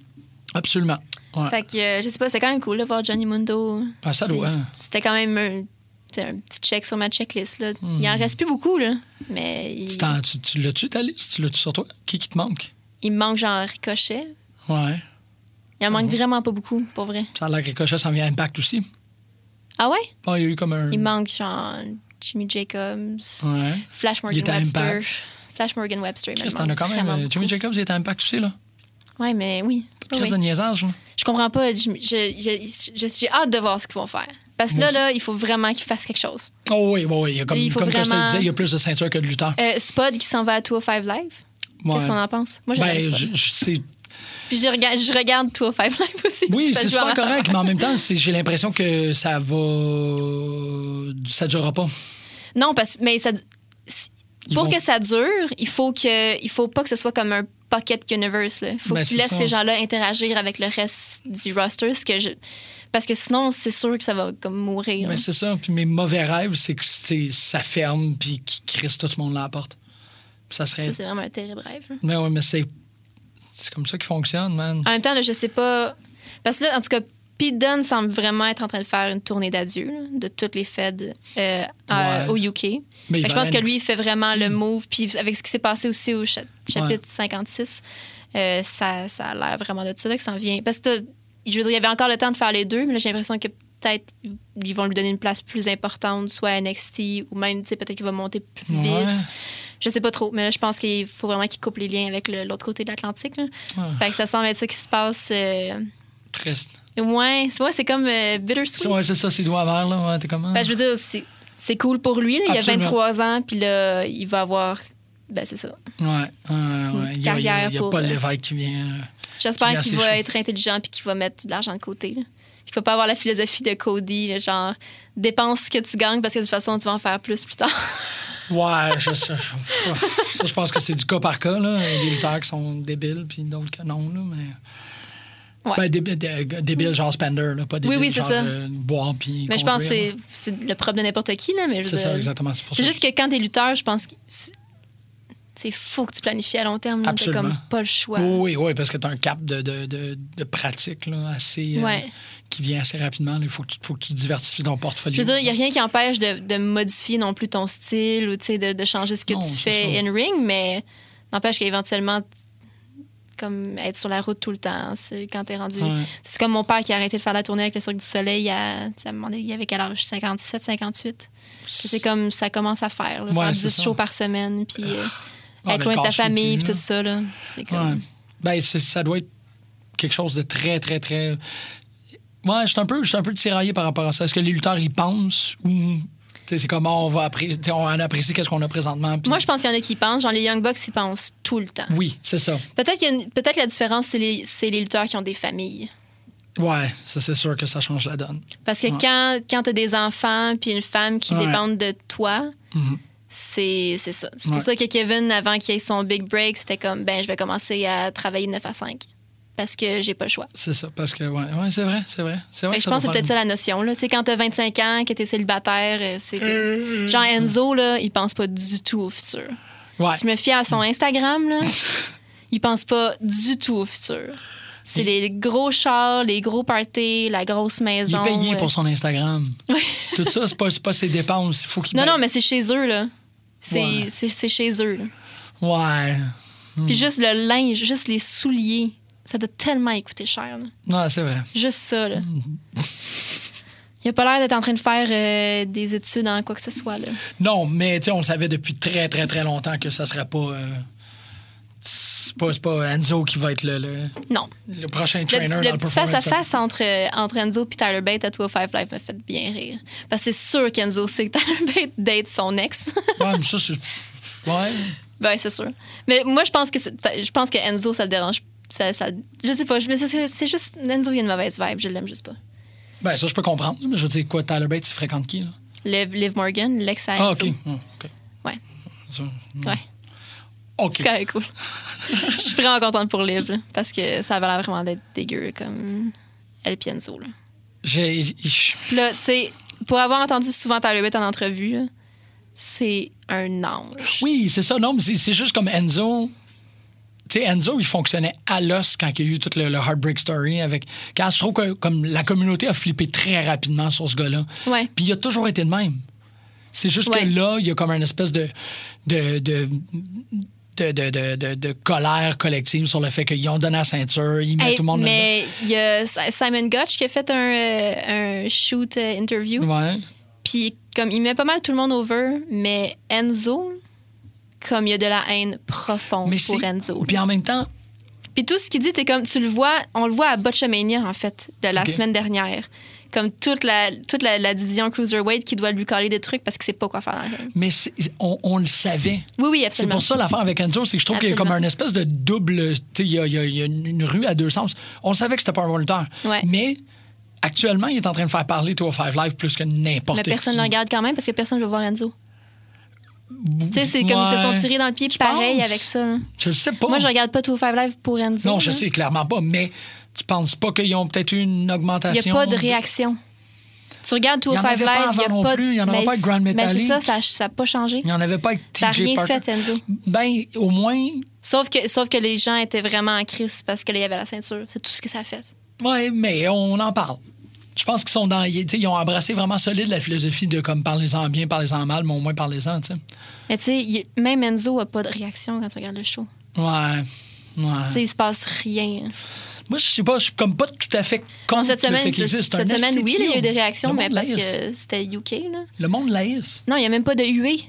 Absolument. Ouais. Fait que, euh, je sais pas, c'est quand même cool de voir Johnny Mundo. Ah, ça C'est- doit. C'était quand même un, c'est un petit check sur ma checklist. Là. Hmm. Il en reste plus beaucoup, là. Mais il, Tu, t'en- tu- tu l'as-tu, ta liste? Tu l'as-tu sur toi? Qui qui te manque? il me manque genre Ricochet. Ouais. Il en manque Hmm. vraiment pas beaucoup, pour vrai. Ça a l'air que Ricochet s'en vient à Impact aussi. Ah ouais? Bon, il y a eu comme un... Il me manque genre Jimmy Jacobs, Ouais. Flash Hmm. Il Morgan était à Webster. Impact. Flash Morgan Webster. il me Chris, manque t'en as quand même. vraiment euh, Jimmy beaucoup. Jacobs, il est à Impact aussi, là. Ouais, mais oui. Pas de Chris Oui. de niaisage, là. Je comprends pas. Je- je- je- je- J'ai hâte de voir ce qu'ils vont faire. Parce que Moi là, là, il faut vraiment qu'ils fassent quelque chose. Oh oui, oui, oui. Il y a comme, Il faut comme Costa vraiment- disait, il y a plus de ceinture que de lutteur. Euh, Spud qui s'en va à 205 Live. Qu'est-ce qu'on en pense? Moi, j'aime Ben, Spud. je- je- c'est- Puis je regarde, je regarde 205 Live aussi. Oui, Ça c'est joue en- super correct, mais en même temps, c'est- [LAUGHS] j'ai l'impression que ça va. Ça durera pas. Non, parce mais ça, si- Ils pour vont- que ça dure, il faut, que, il faut pas que ce soit comme un pocket universe. là. Il faut Ben, que tu c'est laisses ça. ces gens-là interagir avec le reste du roster. ce que je- Parce que sinon, c'est sûr que ça va comme mourir. Mais Ben, c'est ça. Puis mes mauvais rêves, c'est que c'est- ça ferme puis qu'ils crissent tout le monde à la porte. Puis ça serait. Ça, c'est vraiment un terrible rêve. là. Mais ouais, mais c'est. C'est comme ça qu'ils fonctionnent, man. En même temps, là, je sais pas. Parce que là, en tout cas, Pete Dunne semble vraiment être en train de faire une tournée d'adieu là, de toutes les feds euh, à- Ouais. au UK. Mais il Fait va que ben, je pense à que NXT. lui, il fait vraiment le move. Puis avec ce qui s'est passé aussi au cha- chapitre 56, euh, ça, ça a l'air vraiment de ça là, que ça en vient. Parce que t'as- je veux dire, il y avait encore le temps de faire les deux, mais là, j'ai l'impression que peut-être ils vont lui donner une place plus importante, soit à NXT, ou même, tu sais, peut-être qu'il va monter plus vite. Ouais. Je sais pas trop, mais là, je pense qu'il faut vraiment qu'il coupe les liens avec le- l'autre côté de l'Atlantique. là. Ouais. Fait que ça semble être ça qui se passe. euh, Triste. Ouais, c'est ouais, c'est comme euh, bittersweet. Ouais, c'est ça, ses doigts verts, là. Ouais, t'es ah, comment? Fait que Ben, je veux dire, c'est- c'est cool pour lui. là. Il Mm. Absolument. a 23 ans, puis là, il va avoir. Ben, c'est ça. Ouais, ouais, une ouais. Il y a, il y a- il y a carrière pas pour, l'évêque qui vient. euh, Puis J'espère là, qu'il c'est va chaud. être intelligent puis qu'il va mettre de l'argent de côté. là. Puis qu'il va pas avoir la philosophie de Cody, là, genre dépense ce que tu gagnes parce que de toute façon, tu vas en faire plus plus tard. Ouais, je, je- je- ça, je pense que c'est du cas par cas. Là. Il y a des lutteurs qui sont débiles, puis d'autres que non. Là, mais... Ouais. Ben, débile, dé- débile genre spender, là, pas débile oui, c'est genre ça. de boire puis mais je pense que conduire, c'est là. c'est le propre de n'importe qui. Là, mais je veux hein. C'est ça, dire, exactement. C'est pour c'est ça. juste que quand t'es lutteur, je pense que c'est- c'est faux que tu planifies à long terme. là. T'as Absolument. comme pas le choix. Oui, oui, parce que tu as un cap de, de, de, de pratique là, assez, euh, Ouais. qui vient assez rapidement. là. Il faut, que tu- faut que tu diversifies ton portfolio. Je veux dire, il n'y a rien qui empêche de, de modifier non plus ton style ou tu sais, de, de changer ce que Non, tu c'est fais ça. in-ring, mais n'empêche qu'éventuellement, t- comme être sur la route tout le temps, c'est quand t'es rendu. Ouais. C'est comme mon père qui a arrêté de faire la tournée avec le Cirque du Soleil à, tu sais, à un moment donné, il avait quel âge 57, 58. Puis C'est comme ça commence à faire, là, Ouais, faire c'est 10 ça. shows par semaine, puis euh, Ah, être ben, loin de ta casse-toi famille, plus, puis tout là. ça. là. C'est comme. Ouais. Ben, c'est- ça doit être quelque chose de très, très, très. Ouais, je suis un peu, je suis un peu tiraillé par rapport à ça. Est-ce que les lutteurs y pensent ou tu sais, c'est comment on va apprécier, on apprécie qu'est-ce qu'on a présentement. puis- Mm. Moi, je pense qu'il y en a qui pensent. Genre, les Young Bucks, ils pensent tout le temps. Oui, c'est ça. Peut-être qu'il y a une- peut-être la différence, c'est les, c'est les lutteurs qui ont des familles. Ouais, ça c'est sûr que ça change la donne. Parce que Ouais. quand, quand tu as des enfants puis une femme qui Ouais. dépendent de toi, Mhm. c'est c'est ça. C'est Ouais. pour ça que Kevin, avant qu'il ait son big break, c'était comme ben, je vais commencer à travailler 9 à 5 parce que j'ai pas le choix. C'est ça, parce que ouais, ouais c'est vrai, c'est vrai, c'est vrai. Fait que que Ben, je pense que doit c'est peut-être ça faire la notion. Là. Tu sais, Quand tu as 25 ans, que tu es célibataire, euh, c'est que. Genre Enzo, là, il pense pas du tout au futur. une- euh, Ouais. Mm. Si je me fie à son [LAUGHS] Instagram, là, il pense pas du tout au futur. C'est les gros chars, les gros parties, la Mm. grosse Il maison. est payé euh, pour son Instagram. Tout ça, c'est pas, c'est pas ses dépenses. Il faut qu'il. Non, non, mais c'est chez eux, là. C'est Ben, Ouais. Hmm. c'est- c'est chez eux. là. Ouais. Puis juste le linge, juste les souliers, ça doit tellement écouter cher. là. Non, c'est vrai. Juste ça, là. Hmm. Il a pas l'air d'être en train de faire euh, des études en quoi que ce soit, là. Non, mais tu sais, on savait depuis très, très, très longtemps que ça serait pas. euh, c'est pas, c'est pas Enzo qui va être le, le, Non. le prochain Le trainer petit, dans le le petit performance. face-à-face entre, euh, entre Enzo et Tyler Bate à 205 Live m'a fait bien rire. Parce que c'est sûr qu'Enzo sait que Tyler Bate date son ex. [LAUGHS] Ouais, mais ça, c'est. Ouais. ben, c'est sûr. Mais moi, je pense que c'est- je pense que Enzo, ça le dérange. Ça, ça- je sais pas, je- mais c'est c'est juste. Enzo, il a une mauvaise vibe, je l'aime juste pas. Ben, ça, je peux comprendre. Mais je veux dire, quoi, Tyler Bates, il fréquente qui, là? Liv, Liv Morgan, l'ex à Ah, Enzo. OK. Ah, OK. Ouais. Ça, Ouais, OK. c'est quand [LAUGHS] même cool. Je suis vraiment contente pour Liv, là, parce que ça avait l'air vraiment d'être dégueu, comme El Pienzo. Là, J'ai. j- Puis là tu sais, pour avoir entendu souvent Tyler Bate en entrevue, là, c'est un ange. Oui, c'est ça. Non, mais c'est- c'est juste comme Enzo. Tu sais, Enzo, il fonctionnait à l'os quand il y a eu tout le, le Heartbreak Story avec. Car je trouve que comme la communauté a flippé très rapidement sur ce gars-là. Ouais. Puis il a toujours été le même. C'est juste Ouais. que là, il y a comme une espèce de. de, de de, de, de, de- de colère collective sur le fait qu'ils ont donné la ceinture, ils mettent Hey, tout le monde mais il y a Si- Simon Gotch qui a fait un, euh, un shoot euh, interview. là-dedans. Ouais. Puis comme il met pas mal tout le monde over, mais Enzo, comme il y a de la haine profonde Mais pour c'est- Enzo. Puis en même temps, Puis tout ce qu'il dit, t'es comme tu le vois, on le voit à Botchamania en fait de la Ok. semaine dernière, comme toute la toute la, la division cruiserweight qui doit lui coller des trucs parce qu'il sait pas quoi faire dans le ring. mais c'est- on, on le savait. Oui oui C'est absolument. pour ça l'affaire avec Enzo, c'est que je trouve qu'il y a comme Absolument. un espèce de double. tu sais, Il y a, il y a- il y a une une rue à deux sens. On savait que c'était pas un bon lutteur. Ouais. Mais actuellement, il est en train de faire parler Toi Five Live plus que n'importe Mais qui. personne ne le regarde quand même parce que personne veut voir Enzo. Tu sais, c'est comme ils se sont Ouais. tirés dans le pied Tu pareil penses? avec ça. là. Je le sais pas. Moi, je regarde pas tout Five Live pour Enzo. Non, je là. sais clairement pas, mais tu penses pas qu'ils ont peut-être eu une Il augmentation? n'y a pas de réaction. Tu regardes tout Il y en Five avait pas Live, il n'y avant a non pas de- plus, il y en avait mais pas avec Grand c'est- Metali. Mais c'est ça, ça a- ça n'a pas changé. Il n'y en avait pas avec TJ Ça n'a rien Parker. fait, Enzo. Ben, au moins, Sauf que, sauf que les gens étaient vraiment en crise parce qu'il y avait la ceinture. C'est tout ce que ça a fait. ouais, mais on en parle. Je pense qu'ils sont dans. tu sais, Ils ont embrassé vraiment solide la philosophie de comme parlez-en bien, parlez-en mal, mais au moins parlez-en, tu sais. Mais tu sais, il- même Enzo n'a pas de réaction quand tu regardes le show. Ouais. Ouais. Tu sais, il se passe rien. Moi, je sais pas, je suis comme pas tout à fait contre cette le Ah, fait semaine, qu'il c'est- existe. C'est cette un semaine, oui, esti de là, il y a eu des clown. réactions, Le mais monde parce l'haïsse. que c'était UK. Là. Le monde laïs. Non, il n'y a même pas de huée.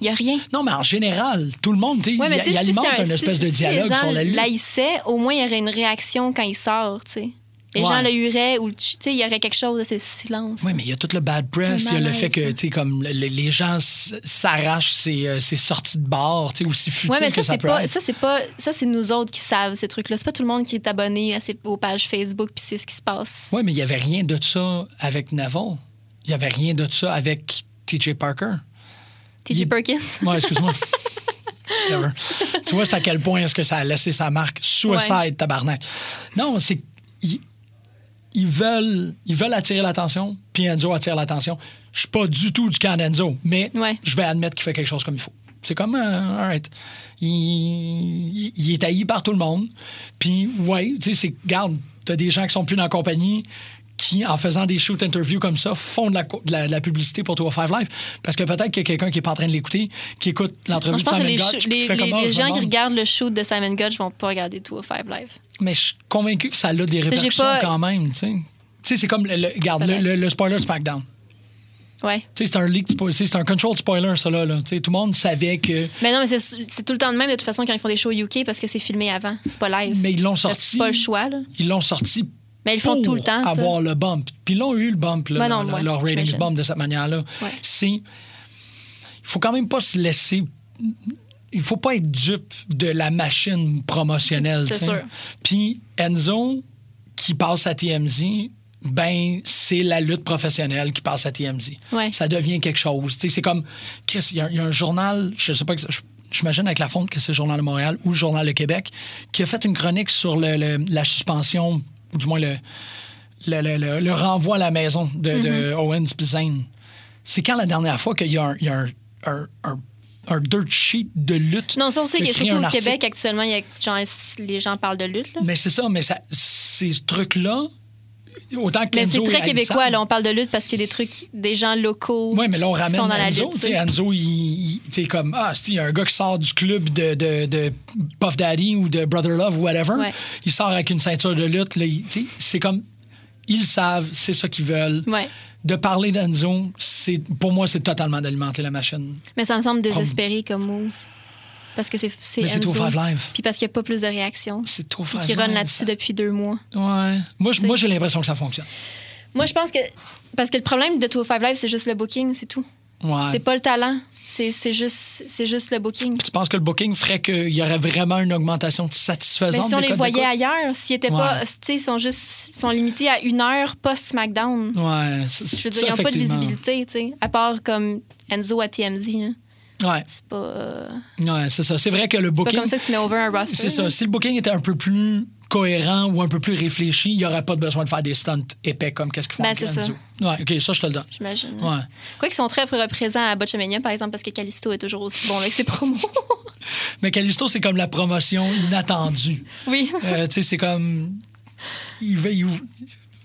Il n'y a rien. Non, mais en général, tout le monde, tu sais, Ouais, mais il, tu sais, il si alimente c'était un- une espèce si- de si dialogue les gens sur la lutte. l'haïssaient, au moins, il y aurait une réaction quand il sort, tu sais. Les Ouais. gens le huraient ou le ch- tu sais, il y aurait quelque chose de ce silence. Oui, mais il y a tout le bad press, il y a le malaise, fait que ça. tu sais comme le- le- les gens s- s'arrachent ces, euh, ces sorties de bar, tu sais aussi futiles Ouais, mais ça, que ça c'est peut pas, être. ça, c'est pas, ça, c'est nous autres qui savent ces trucs-là. C'est pas tout le monde qui est abonné à ses, aux pages Facebook puis c'est ce qui se passe. Oui, mais il y avait rien de ça avec Navon. Il y avait rien de ça avec TJ Parker. T.J. Il- Perkins. [LAUGHS] Ouais, excuse-moi. Whatever. tu vois, c'est à quel point est-ce que ça a laissé sa marque suicide, Ouais. tabarnak. Non, c'est ils, ils veulent ils veulent attirer l'attention, puis Enzo attire l'attention. Je suis pas du tout du camp d'Enzo, mais Ouais. je vais admettre qu'il fait quelque chose comme il faut. C'est comme euh, alright. Il, il- il est haï par tout le monde. Puis ouais, tu sais, c'est garde, t'as des gens qui sont plus dans la compagnie qui, en faisant des shoot interviews comme ça, font de la, co- de la, de la publicité pour Toi Five Live. Parce que peut-être qu'il y a quelqu'un qui est pas en train de l'écouter, qui écoute Non, l'entrevue je de pense que Simon les, Gotch, shoot- puis qui les, fait les- comme, Ah, je les me gens qui demande. regardent le show de Simon Gotch vont pas regarder tout au Five Live. Mais je suis convaincu que ça a des j'ai répercussions pas- quand même, tu sais. Tu sais, c'est comme, le, le- regarde, le, Peut-être. le- le spoiler de SmackDown. Ouais. Tu sais, c'est un leak, spo- tu sais, c'est un controlled spoiler, ça, là. là. Tu sais, tout le monde savait que... Mais non, mais c'est- c'est tout le temps de même, de toute façon, quand ils font des shows UK, parce que c'est filmé avant. C'est pas live. Mais ils l'ont T'as sorti. pas le choix, là. Ils l'ont sorti Mais ils le font pour tout le temps, ça. avoir le bump. Puis ils l'ont eu le bump, là, Ouais, leur, non, leur- ouais, leur ratings j'imagine. bump de cette manière-là. Ouais. C'est. Il faut quand même pas se laisser. Il faut pas être dupe de la machine promotionnelle. C'est t'sais. sûr. Puis Enzo, qui passe à TMZ, ben, c'est la lutte professionnelle qui passe à TMZ. Ouais. Ça devient quelque chose. T'sais, C'est comme. Chris, il y, a- il y a un journal, je sais pas. que ça- je- J'imagine avec la fonte que c'est le Journal de Montréal ou le Journal de Québec, qui a fait une chronique sur le- le- la suspension, ou du moins le, le, le- le- le renvoi à la maison de, de Mm-hmm. Owens puis Zayn. C'est quand la dernière fois qu'il y a un, il y a un- un- un- un dirt sheet de lutte? Non, ça, on sait de que créer surtout un au article? Québec, actuellement, il y a, genre, les gens parlent de lutte, là. Mais c'est ça, mais ça, ces trucs-là, autant que Mais c'est très québécois, là. On parle de lutte parce qu'il y a des trucs, des gens locaux Oui, mais là, on qui ramène sont dans la Anzo. lutte. tu tu sais. sais, Anzo, il, il- tu sais, comme, ah, c'est un gars qui sort du club de, de, de Puff Daddy ou de Brother Love ou whatever. Ouais. Il sort avec une ceinture de lutte. là, il- tu sais, c'est comme, ils savent, c'est ça qu'ils veulent. Ouais. De parler d'Anzo, c'est- pour moi, c'est totalement d'alimenter la machine. Mais ça me semble désespéré comme move. Parce que c'est c'est Mais c'est Enzo. trop Five Live. Puis parce qu'il n'y a pas plus de réactions. C'est trop Puis Five qui run Live, là-dessus ça. depuis deux mois. Ouais. Moi, je- moi, j'ai l'impression que ça fonctionne. Moi, je pense que. Parce que le problème de Two oh Five Live, c'est juste le booking, c'est tout. Ouais. C'est pas le talent. C'est c'est juste, c'est juste le booking. Tu penses que le booking ferait qu'il y aurait vraiment une augmentation Mais satisfaisante si on des les codes voyait d'écoute? ailleurs, s'ils étaient Ouais. pas. Tu sais, ils sont juste. ils sont limités à une heure post-SmackDown. Ouais. Je veux dire, ils n'ont pas de visibilité, tu sais. À part comme Enzo à TMZ. là. Ouais, hein. C'est pas. euh, ouais c'est ça. C'est vrai que le C'est pas booking. comme ça hein. que tu mets over un roster. C'est ça. là. Si le booking était un peu plus cohérent ou un peu plus réfléchi, il n'y aurait pas de besoin de faire des stunts épais comme qu'est-ce qu'ils font Ben, avec c'est ça. Mm. Enzo. Ouais, OK, ça, je te le donne. J'imagine. Ouais. Quoi qu'ils sont très représents à Botchamania, par exemple, parce que Callisto est toujours aussi bon avec [LAUGHS] ses promos. Mais Callisto, c'est comme la promotion inattendue. oui. Euh, tu sais, c'est comme. Il va. Il...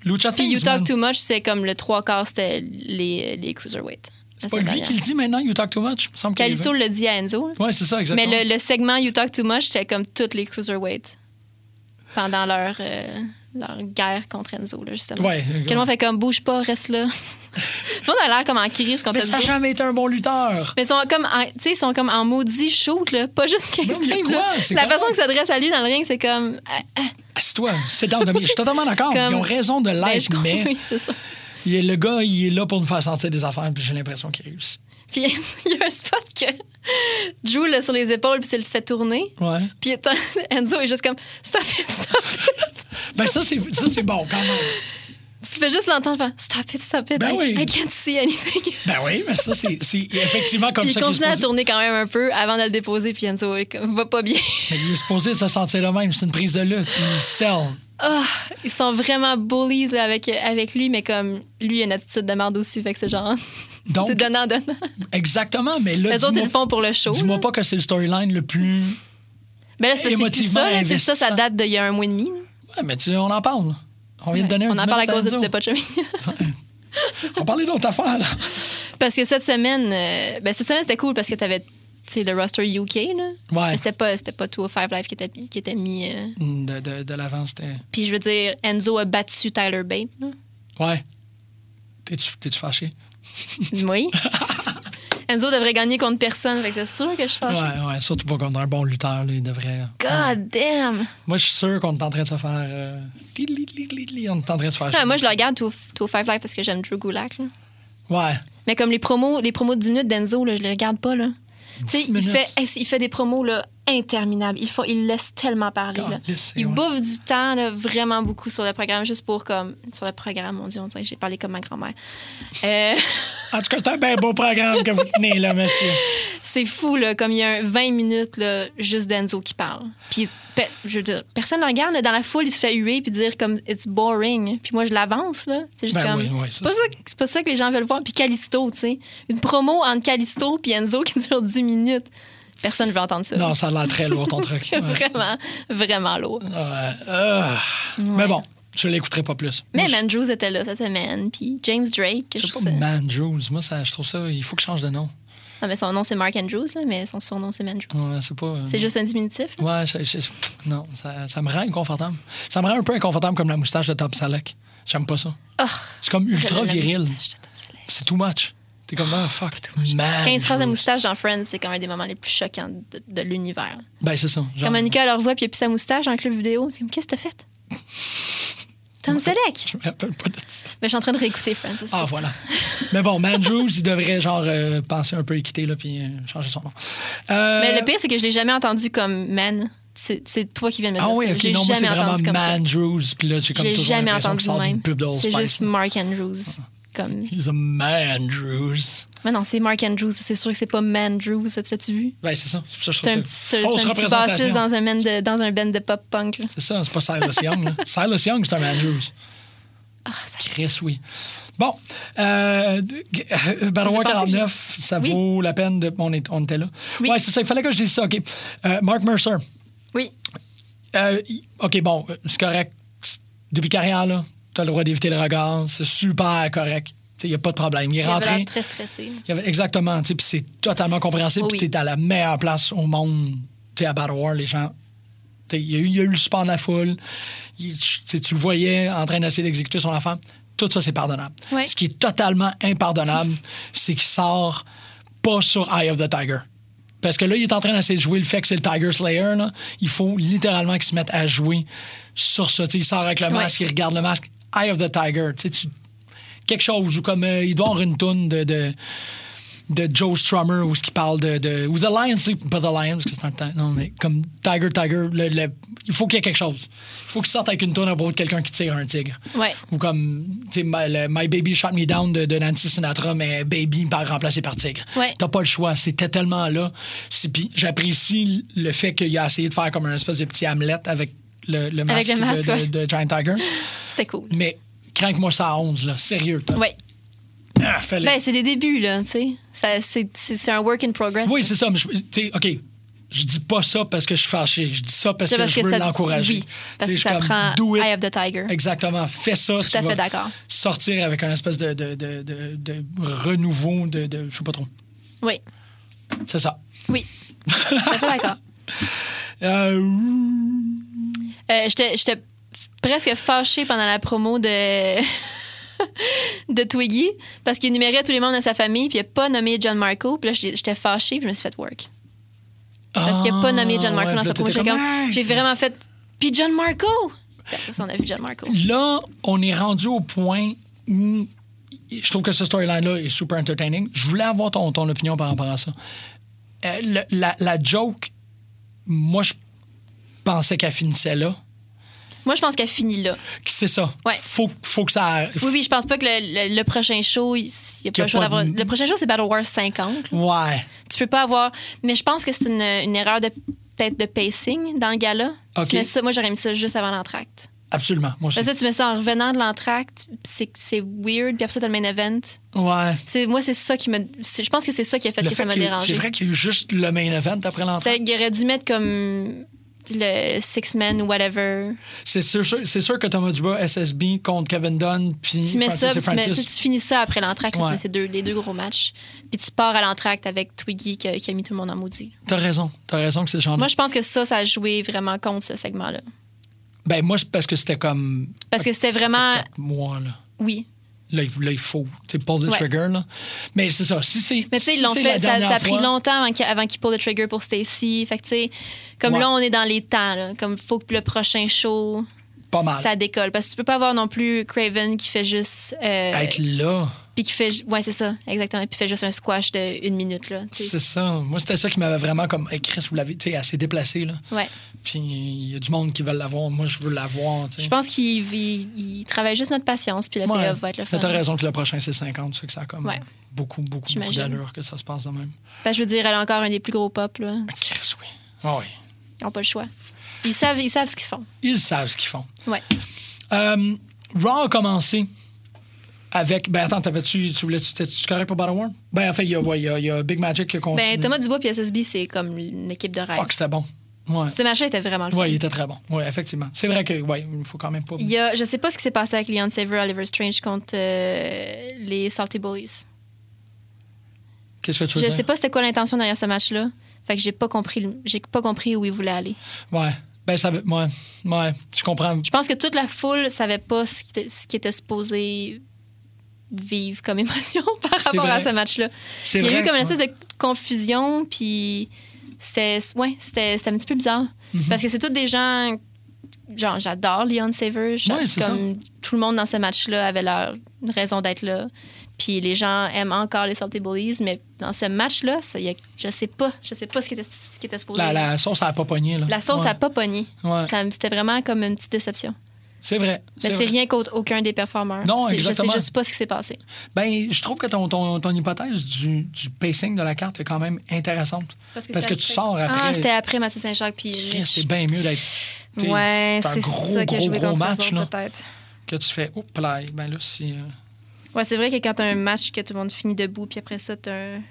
Lucha Puis You Things, man. Talk Too Much, c'est comme le trois quarts, c'était les, les Cruiserweight. la C'est pas semaine lui dernière. qui le dit maintenant, You Talk Too Much? Il me semble qu'il Callisto le dit à Enzo. là. est- Ouais, c'est ça, exactement. Mais le, le segment You Talk Too Much, c'était comme toutes les Cruiserweight pendant leur, euh, leur guerre contre Enzo, là, justement. Ouais, exactement. Quelqu'un fait comme bouge pas, [LAUGHS] reste là. Tout le monde a l'air comme en crise contre Mais ça n'a Enzo. jamais été un bon lutteur. Mais ils sont comme, en- tu sais, ils sont comme en maudit shoot, là. Pas juste Non, mais il y a Kayfabe, quoi? là. C'est La correct. façon qu'ils s'adressent à lui dans le ring, c'est comme. ah, ah, Assieds-toi, c'est dans Je suis totalement d'accord. Comme- Ils ont raison de ben, l'être, je- mais [LAUGHS] Oui, c'est ça. il est- le gars, il est là pour nous faire sentir des affaires, puis j'ai l'impression qu'il réussit. Puis il y a un spot que Drew là, sur les épaules, puis c'est le fait tourner. Ouais. Puis [LAUGHS] attends, Enzo est juste comme Stop it, stop it. Ben, ça, c'est ça, c'est bon quand même. tu fais juste l'entendre faire Stop it, stop it. Ben I, oui. I can't see anything. Ben oui, mais ça, c'est c'est effectivement comme Puis ça qu'il il est continue à supposé. tourner quand même un peu avant de le déposer, puis Enzo est comme, va pas bien. [LAUGHS] Mais il est supposé se sentir le même. C'est une prise de lutte. Il sell. Ah, ils sont vraiment bullies là, avec, avec lui, mais comme lui, il a une attitude de merde aussi, fait que c'est genre. [LAUGHS] Donc, C'est donnant, donnant. exactement. Mais là, Les autres, ils le dis-moi font pour le show. dis-moi là. pas que c'est le storyline le plus. Mais là, c'est parce que c'est plus émotivement ça, là, tu sais, ça, ça investissant. date d'il y a un mois et demi. là. Ouais, mais tu sais, on en parle. On vient de donner un On en petit parle à minute cause de, Enzo. de [LAUGHS] Pochettino. On parlait d'autres affaires, là. Parce que cette semaine, euh, ben, cette semaine, c'était cool parce que tu avais sais, le roster UK. Là. Ouais. Mais C'était pas, c'était pas tout Five Live qui était, qui était mis. euh. De, de, de l'avant, c'était. Puis je veux dire, Enzo a battu Tyler Bate. là. Ouais. T'es-tu t'es-tu fâché? Oui. [LAUGHS] Enzo devrait gagner contre personne, fait que c'est sûr que je fâche. Ouais, ouais. Surtout pas contre un bon lutteur, là, il devrait. euh. God damn! Moi, je suis sûr qu'on est en train de se faire. euh, li- li- li- li- li- On est en train de se faire. Ouais, Ah, moi, je le regarde tout, tout Five Live parce que j'aime Drew Gulak. là. Ouais. Mais comme les promos, les promos de 10 minutes d'Enzo, là, je les regarde pas. Là. Tu sais, il minutes. fait, eh, il fait des promos là, interminables. Il, faut, il laisse tellement parler. Là. Calisse, Il ouais. bouffe du temps là, vraiment beaucoup sur le programme, juste pour comme. Sur le programme, mon Dieu, on dirait que j'ai parlé comme ma grand-mère. Euh, [LAUGHS] En tout cas, c'est un bien beau programme que vous tenez, là, monsieur. c'est fou, là, comme il y a un 20 minutes là, juste d'Enzo qui parle. Puis, pe- je veux dire, personne ne regarde. là. dans la foule, il se fait huer puis dire comme it's boring. Puis moi, je l'avance. là. C'est juste Ben comme. oui, oui, c'est ça, pas, ça que- c'est pas ça que les gens veulent voir. Puis Calisto, tu sais. Une promo entre Calisto puis Enzo qui dure 10 minutes. Personne ne veut entendre ça. Non, ça a l'air très lourd, ton truc. [LAUGHS] c'est Ouais. vraiment, vraiment lourd. Ouais. Ah. Mais bon, je l'écouterai pas plus. Moi, Même je- Andrews était là cette semaine. Puis James Drake. Je je trouve sais pas ça- Mandrews. Moi, ça, je trouve ça. Il faut que je change de nom. Non, mais son nom, c'est Mark Andrews, là, mais son surnom, c'est Mandrews. Ouais, c'est pas. euh, C'est juste un diminutif. là. Ouais, je- je- non, ça, ça me rend inconfortable. Ça me rend un peu inconfortable comme la moustache de Top Salek. J'aime pas ça. Ah, C'est comme ultra j'aime la viril. moustache de Tom Selleck. C'est too much. T'es comme, ah, fuck. Man, 15 phrases de Drew. moustache dans Friends, c'est quand même des moments les plus choquants de, de l'univers. Ben, c'est ça. genre- Quand Monica le revoit puis il n'y a plus sa moustache dans le club vidéo, c'est comme qu'est-ce que t'as fait? Tom Selleck! Je me rappelle pas de ça. Mais je suis en train de réécouter Friends. c'est Ah, pour voilà. ça. Mais bon, Mandrews, il devrait, genre, euh, penser un peu équité, là, puis euh, changer son nom. Euh, Mais le pire, c'est que je l'ai jamais entendu comme man. C'est c'est toi qui viens de me dire Ah oui, ça. ok, je l'ai non, moi, c'est jamais vraiment entendu comme ça. Mandrews, puis là, j'ai Je comme l'ai toujours jamais l'impression qu'il entendu de sort d'une même. pub d'Old C'est Spice. Ah. juste Mark Andrews. Comme... He's a Mandrews. Mais non, c'est Mark Andrews. C'est sûr que c'est pas Mandrews. As-tu vu? Ben, c'est ça. C'est ça, je C'est un trouve petit, ça. c'est un Fausse petit bassiste représentation. dans un, band de, dans un band de pop punk. là. C'est ça, c'est pas Silas Young. là. Silas Young, c'est un Andrews. Ah, ça- Chris, oui. Bon, euh, Battle War pensé que- 49, ça Oui. vaut la peine de. On, est- on était là. Oui. Ouais, c'est ça, il fallait que je dise ça, OK. Euh, Mark Mercer. Oui. Euh, il- OK, bon, euh, c'est correct. C'est- Depuis carrière, là, t'as le droit d'éviter le regard. C'est super correct. Il n'y a pas de problème. Il est Il avait rentré. l'air très stressé. Il y avait- exactement. tu sais, Puis c'est totalement compréhensible. Oui. Puis t'es à la meilleure place au monde. T'es à Battle War, les gens. t'sais, Il y, a eu- il y a eu le support de la foule. Il- tu sais, tu le voyais en train d'essayer d'exécuter son enfant. Tout ça, c'est pardonnable. Ouais. Ce qui est totalement impardonnable, [LAUGHS] c'est qu'il sort pas sur Eye of the Tiger. Parce que là, il est en train d'essayer de jouer le fait que c'est le Tiger Slayer. là. Il faut littéralement qu'il se mette à jouer sur ça. Tu sais, il sort avec le masque, il regarde le masque. Eye of the Tiger. Tu sais, tu- quelque chose. Ou comme euh, il doit avoir une toune de, de, de Joe Strummer où ce qui parle de, de ou The Lion Sleep pas The Lion parce que c'est un temps non mais comme Tiger Tiger le- le- il faut qu'il y ait quelque chose il faut qu'il sorte avec une tonne à propos de quelqu'un qui tire un tigre Ouais. ou comme tu sais my, le My Baby Shot Me Down de, de Nancy Sinatra mais Baby par remplacé par tigre Ouais. t'as pas le choix c'était tellement là C'est- puis j'apprécie le fait qu'il a essayé de faire comme un espèce de petit Hamlet avec le, le masque, Avec le masque, de, ouais. de- de Giant Tiger C'était cool. mais crank-moi ça à 11 là sérieux t'as- Ouais. Ah, fallait- Ben, c'est les débuts, là, tu sais. Ça, c'est- C'est c'est un work in progress. Oui, c'est ça. mais je- Tu sais, OK. Je dis pas ça parce que je suis fâché. Je dis ça parce C'est que je veux ça- l'encourager. Oui, parce Tu sais, que je suis ça comme, prend do it. Eye of the Tiger. Exactement. Fais ça. tu à fait vas d'accord. Sortir avec un espèce de, de, de, de- de renouveau, de, de. Je sais pas trop. Oui, C'est ça. oui. Tout à fait d'accord. Euh, Euh, J'étais j'étais presque fâchée pendant la promo de, [LAUGHS] de Twiggy parce qu'il numérait tous les membres de sa famille puis il n'a pas nommé John Marco. Puis là, j'étais j'étais fâchée puis je me suis fait work. Parce qu'il n'a pas nommé John Ah, Marco ouais, dans sa là, promo. t'étais J'étais comme, comme- hey! J'ai vraiment fait. Puis John Marco! Puis après ça, on a vu John Marco. Là, on est rendu au point où je trouve que ce storyline-là est super entertaining. Je voulais avoir ton, ton opinion par rapport à ça. Euh, le- la, la joke, moi, je pensais qu'elle finissait là. Moi, je pense qu'elle finit là. C'est ça. Ouais. Faut, faut que ça. Oui, oui, je pense pas que le, le- le prochain show, il il y a pas Qu'il y a le choix pas de- d'avoir. Le prochain show, c'est Battle Wars 50. Ouais. Tu peux pas avoir. Mais je pense que c'est une, une erreur de peut-être de pacing dans le gala. Tu Ok. mets ça- moi, j'aurais mis ça juste avant l'entracte. Absolument. Moi, Après aussi. ça, tu mets ça en revenant de l'entracte, puis c'est c'est weird, puis après ça, t'as le main event. Ouais. C'est- Moi, c'est ça qui me. c'est- Je pense que c'est ça qui a fait Le que fait ça m'a qu'il y a eu- C'est dérangé. vrai qu'il y a eu juste le main event après l'entrée. Il aurait dû mettre comme le Six Men ou whatever. C'est sûr, c'est sûr que Thomas Dubois, SSB contre Kevin Dunn, puis Tu mets Francis ça, et puis tu, mets- Francis. tu- tu finis ça après l'entracte, là, Ouais. tu mets ces deux, les deux gros matchs. Puis tu pars à l'entracte avec Twiggy qui a, qui a mis tout le monde en maudit. T'as raison, t'as raison que c'est ce genre Moi, je pense que ça, ça a joué vraiment contre ce segment-là. Ben, moi, c'est parce que c'était comme. Parce que c'était ça fait vraiment. quatre mois, là. Oui. Là, il, là, il faut. Tu sais, pull the Ouais. trigger, là. Mais c'est ça. Si c'est. Mais tu sais, si ils l'ont c'est fait. la Ça, dernière ça a pris fois- longtemps avant qu'il avant qu'il pull le trigger pour Stacy. Fait que, tu sais, comme Ouais. là, on est dans les temps. Là. Comme faut que le prochain show. Pas mal. Ça décolle. Parce que tu peux pas avoir non plus Craven qui fait juste. euh, Être là, Puis qui fait. ju- Ouais, c'est ça. Exactement. Puis fait juste un squash de une minute. Là. Tu sais, c'est ça. Moi, c'était ça qui m'avait vraiment comme. Hey, Chris, vous l'avez, tu sais, assez déplacé, là. Ouais. Puis il y a du monde qui veut l'avoir. Moi, je veux l'avoir, tu sais. Je pense qu'il vit- il travaille juste notre patience. Puis la Ouais. payoff va être le fun. Mais t'as raison que le prochain, c'est 50. C'est que ça a comme Ouais. beaucoup, beaucoup, beaucoup J'imagine. d'allure que ça se passe de même. Parce que je veux dire, elle a encore un des plus gros pop. Là. Ah, Chris, oui. Ah oui. Ils n'ont pas le choix. Ils savent, ils savent ce qu'ils font. Ils savent ce qu'ils font. Ouais. Euh, Raw a commencé avec. Ben attends, t'avais-tu. Tu voulais. T'étais-tu correct pour Battle War? Ben en fait, il y a, ouais, il y a- il y a Big Magic qui a continué. Ben, Thomas Dubois puis SSB, c'est comme une équipe de rêve. Fuck, c'était bon. Ouais. Ce match-là était vraiment le fun. Ouais, il était très bon. Ouais, effectivement. C'est vrai que. Ouais, il faut quand même pas. Il y a, je sais pas ce qui s'est passé avec Leon Saver, Oliver Strange contre euh, les Salty Bullies. Qu'est-ce que tu veux Je dire? sais pas c'était quoi l'intention derrière ce match-là. Fait que j'ai pas compris, le- j'ai pas compris où ils voulaient aller. Ouais. Ben ça. veut- Ouais. Ouais. Je comprends. Je pense que toute la foule savait pas ce qui était, ce qui était supposé vivre comme [LAUGHS] émotion par C'est rapport à vrai. ce match-là. C'est Il y vrai. a eu comme une ouais. espèce de confusion, puis c'était ouais, c'était c'était un petit peu bizarre. Mhm. Parce que c'est tous des gens. Genre, j'adore Leon Saver. J'a- Ouais, c'est comme tout le monde dans ce match-là avait leur raison d'être là. Puis les gens aiment encore les Salty Bullies, mais dans ce match-là, ça, y a- je sais pas. Je sais pas ce qui était, ce qui était supposé. La, la sauce, ça a pas pogné, là. La sauce ouais. a pas pogné. Ouais. Ça me- C'était vraiment comme une petite déception. C'est vrai. Mais Ben, c'est rien contre aucun des performeurs. Non, C'est- Je sais exactement. juste pas ce qui s'est passé. Ben, je trouve que ton, ton, ton hypothèse du, du pacing de la carte est quand même intéressante. Parce que, c'était tu après- sors après. Ah, c'était après Massé Saint-Jacques. Puis Chris, Mitch. c'est bien mieux d'être. t'sais, Ouais, c'est un c'est gros, ça que gros, je vais gros contre eux match autres, là, peut-être. que tu fais. Oups, là, ben là, si. euh, Ouais, c'est vrai que quand t'as un match que tout le monde finit debout, puis après ça, t'as un.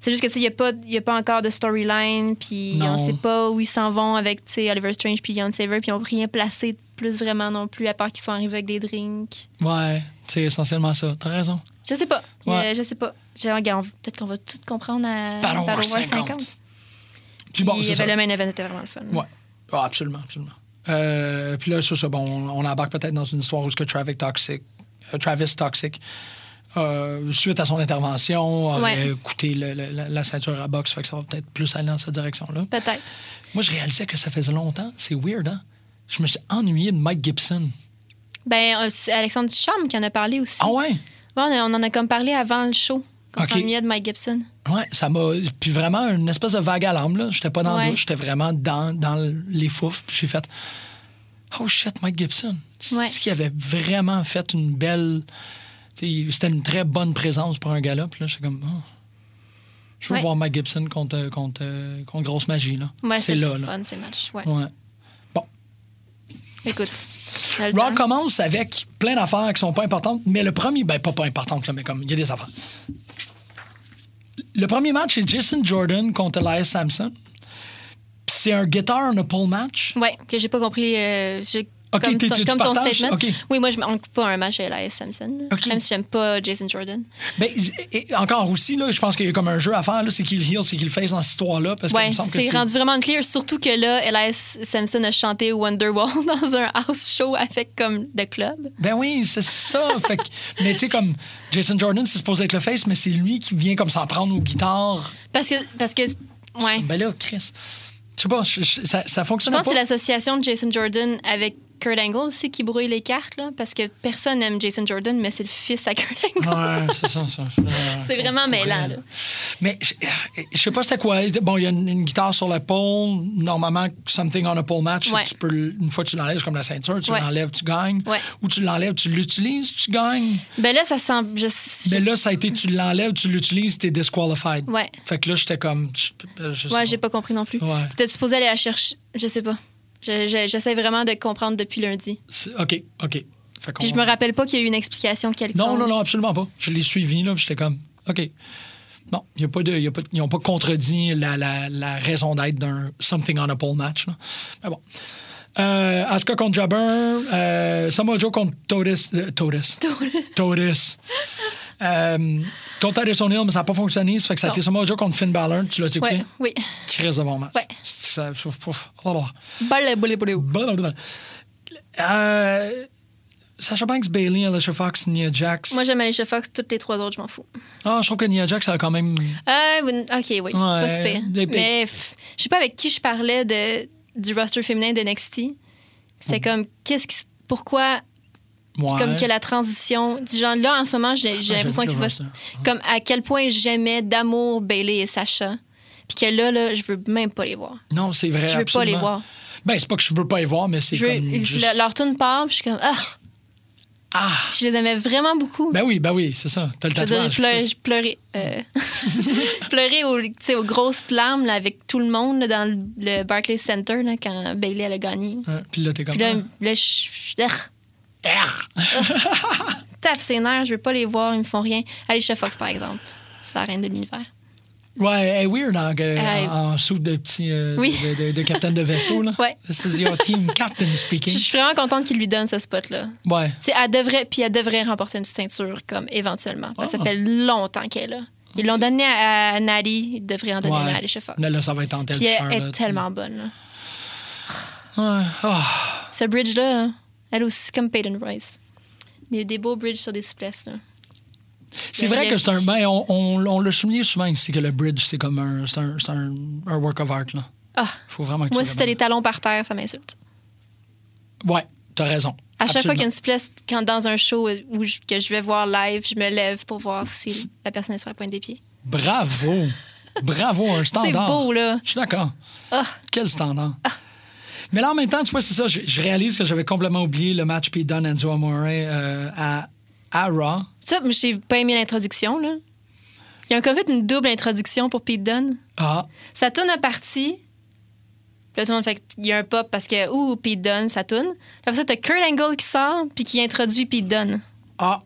C'est juste que, tu sais, il n'y a, pas- y a pas encore de storyline, puis Non. on sait pas où ils s'en vont avec, tu sais, Oliver Strange puis Leon Saver, puis ils n'ont rien placé de plus vraiment non plus, à part qu'ils sont arrivés avec des drinks. Ouais, c'est essentiellement ça. T'as raison. Je sais pas. Ouais. Euh, je sais pas. J'ai regarde, on- peut-être qu'on va tout comprendre à Battle War Battle 50. War 50. Puis bon, Puis, c'est ben, ça. le main event était vraiment le fun. Ouais. Ah, absolument, absolument. Euh, puis là, sur ça, bon, on on embarque peut-être dans une histoire où ce que Travis Toxic, euh, Travis Toxic euh, suite à son intervention, aurait coûté le- le- la, la ceinture à boxe. Fait que ça va peut-être plus aller dans cette direction-là. Peut-être. Moi, je réalisais que ça faisait longtemps. C'est weird, hein? Je me suis ennuyé de Mike Gibson. Ben, euh, c'est Alexandre Ducharme qui en a parlé aussi. Ah ouais? Ouais, on, a- on en a comme parlé avant le show, qu'on Ok. s'ennuyait de Mike Gibson. Ouais, ça m'a. Puis vraiment, une espèce de vague à l'âme, là. J'étais pas dans la Ouais. douche, j'étais vraiment dans, dans les fouf. Puis j'ai fait. Oh shit, Mike Gibson. Ouais. C'est qui avait vraiment fait une belle. tu sais, C'était une très bonne présence pour un gars-là. Puis là, j'étais comme. oh. Je veux Ouais. voir Mike Gibson contre, euh, contre, euh, contre Grosse Magie, là. Ouais, c'est c'est là, le là. fun, ces matchs. Ouais. Ouais. Écoute. on a le Raw temps. commence avec plein d'affaires qui sont pas importantes, mais le premier, ben pas pas importantes, là, mais comme il y a des affaires. Le premier match, c'est Jason Jordan contre Elias Sampson. Puis C'est un guitar and a pole match. Ouais, que j'ai pas compris. euh, j'ai- Ok, comme t'es- ton, tu comme ton partages? statement. Ok. Oui, moi, je ne pas un match à Elias Samson. Ok. Même si j'aime pas Jason Jordan. Ben, et- et encore aussi, là, je pense qu'il y a comme un jeu à faire, là, c'est qu'il heal, c'est qu'il face dans cette histoire-là. Parce qu'il Ouais, me semble que c'est rendu vraiment clear. Surtout que là, Elias Samson a chanté Wonderwall [LAUGHS] dans un house show avec comme The Club. Ben oui, c'est ça. fait que- mais tu sais, comme Jason Jordan, c'est supposé être le face, mais c'est lui qui vient comme s'en prendre aux guitares. Parce que. Parce que ouais. Ben là, Chris. Je sais pas, je- je- ça, ça Je fonctionne pense que c'est pas. l'association de Jason Jordan avec Kurt Angle aussi qui brouille les cartes, là, parce que personne n'aime Jason Jordan, mais c'est le fils à Kurt Angle. Ouais, c'est ça, ça. [LAUGHS] C'est vraiment mêlant. Là. Mais je, je sais pas c'était quoi. Bon, il y a une, une guitare sur la pole. Normalement, something on a pole match, Ouais. tu peux, l- une fois que tu l'enlèves, c'est comme la ceinture, tu Ouais. l'enlèves, tu gagnes. Ouais. Ou tu l'enlèves, tu l'utilises, tu gagnes. Ben là, ça semble. Je, je- Mais Ben là, ça a été tu l'enlèves, tu l'utilises, t'es disqualified. Ouais. Fait que là, j'étais comme. je- je sais ouais, j'ai pas compris non plus. Ouais. T'étais supposé aller la chercher. Je sais pas. Je- je- J'essaie vraiment de comprendre depuis lundi. C'est- OK, OK. Fait qu'on- Ah Puis je me rappelle pas qu'il y a eu une explication quelconque. Non, non, non, absolument pas. Je l'ai suivi, là, puis j'étais comme. OK. Non, y a pas de, y a pas de- ils n'ont pas contredit la, la- la raison d'être d'un Something on a Pole match. là. Mais bon. Euh, Asuka contre Jabber, euh, Samoa Joe contre Torres. euh, Torres. [LAUGHS] Torres. Euh, contre Harrison Hill, mais ça n'a pas fonctionné. Ça fait que ça a Non. été Samoa Joe contre Finn Balor. Tu l'as écouté? Ouais, oui. Crise de bon match. Ouais. Ça- ça- pouf, blablabla. Balé, balé, balé. Blablabla. Euh, Sasha Banks, Bailey, Alicia Fox, Nia Jax. Moi, j'aime Alicia Fox, toutes les trois autres, je m'en fous. Ah, je trouve que Nia Jax, elle a quand même. Euh, oui, ok, oui, pas si pire. des- des- Mais pff, je sais pas avec qui je parlais de, du roster féminin de NXT. C'était comme, qu'est-ce qui, se- pourquoi, Ouais. comme que la transition. Du genre, là, en ce moment, j'ai j'ai Ah, l'impression j'avoue, qu'il je va. vois ça. se- Comme à quel point j'aimais d'amour Bailey et Sacha. Puis que là, là, je veux même pas les voir. Non, c'est vrai. Je veux pas les absolument. voir. Ben, c'est pas que je veux pas les voir, mais c'est Je veux, comme. ils- juste- le- Leur tourne part, puis je suis comme, ah! Ah! Je les aimais vraiment beaucoup. Ben oui, ben oui, c'est ça. T'as le Je veux dire, tatouage. j'ai pleuré, j'ai pleuré, euh, [LAUGHS] pleuré aux, tu sais, aux grosses larmes là, avec tout le monde là, dans le- le Barclays Center là, quand Bailey elle a gagné. Ouais, Hein, Puis là, t'es comme. Ah! Puis là, là, je je- ah, Err! tape ses nerfs, je veux pas les voir, ils me font rien. Alicia Fox, par exemple, c'est la reine de l'univers. Ouais, elle est weird en, Ouais. en, en soupe de petit. euh, Oui. de, de- de capitaine de vaisseau, là. [LAUGHS] Ouais. This is your team, captain Je speaking. suis vraiment contente qu'il lui donne ce spot-là. Ouais. Tu sais, elle devrait, puis elle devrait remporter une ceinture comme éventuellement. Parce que Ah. ça fait longtemps qu'elle est là. Ils l'ont donné à, à Nali, ils devraient en donner Ouais. une à Alicia Fox. Là, là, ça va être en telle puis elle chair, là. est tellement bonne. là. Ouais. Ah. Ce bridge-là, là, elle aussi, comme Peyton Royce. Des, des beaux bridges sur des souplesses. Là. C'est Il y vrai a- que c'est un. Ben, on, on, on le souligne souvent ici que le bridge, c'est comme un, c'est un, c'est un, un work of art, là. Ah, Faut vraiment que moi, tu si t'as les le- talons par terre, ça m'insulte. Ouais, t'as raison. À chaque Absolument. fois qu'il y a une souplesse, quand dans un show euh, où je- que je vais voir live, je me lève pour voir si la personne est sur la pointe des pieds. [LAUGHS] Bravo! Bravo, un C'est standard. beau, là. Je suis d'accord. Ah. Quel standard. Mais là, en même temps, tu vois, c'est ça, je, je réalise que j'avais complètement oublié le match Pete Dunne Enzo Amore euh, à, à Raw. Ça, mais j'ai pas aimé l'introduction, là. Ils ont comme fait une double introduction pour Pete Dunne. Ah, Ça tourne à partie. Puis Là, tout le monde fait qu'il y a un pop parce que, ouh, Pete Dunne, ça tourne. Après ça, t'as Kurt Angle qui sort puis qui introduit Pete Dunne. ah,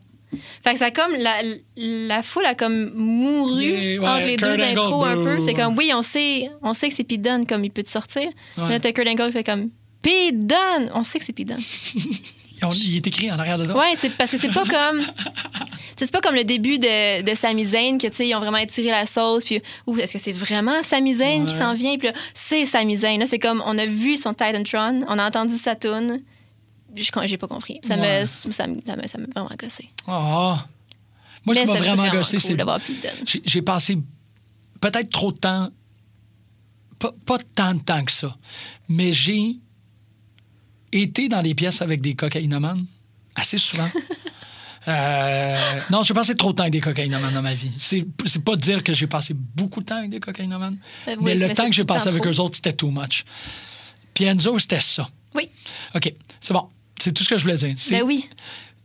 Fait que ça a comme la, la foule a comme mouru Yeah, ouais, entre les Kurt deux Angle, intros un peu. boo. C'est comme oui, on sait, on sait que c'est Pete Dunne comme il peut te sortir. Ouais. Là t'as Kurt Angle qui fait comme Pete Dunne, on sait que c'est Pete Dunne. Et on- il est écrit en arrière de ça. Ouais, c'est parce que c'est pas comme c'est pas comme le début de, de Sami Zayn que tu sais ils ont vraiment étiré la sauce puis ou est-ce que c'est vraiment Sami Zayn qui Ouais. s'en vient puis là c'est Sami Zayn là c'est comme on a vu son Titantron, on a entendu sa tune. J'ai pas compris. Ça Ouais. me ça me ça me- ça m'a vraiment gossé. Ah. Moi, ce Mais qui m'a c'est vraiment gossé, cool c'est d'avoir Pete Dunne. J'ai j'ai passé peut-être trop de temps, pas, pas tant de temps que ça, mais j'ai été dans des pièces avec des cocaïnomanes assez [LAUGHS] souvent. Euh, non, j'ai passé trop de temps avec des cocaïnomanes dans ma vie. C'est c'est pas dire que j'ai passé beaucoup de temps avec des cocaïnomanes, Euh, oui, mais le mais temps c'est que j'ai tout le passé temps avec trop. eux autres, c'était too much. Puis Enzo, c'était ça. Oui. OK, c'est bon. C'est tout ce que je voulais dire. C'est- Ben oui,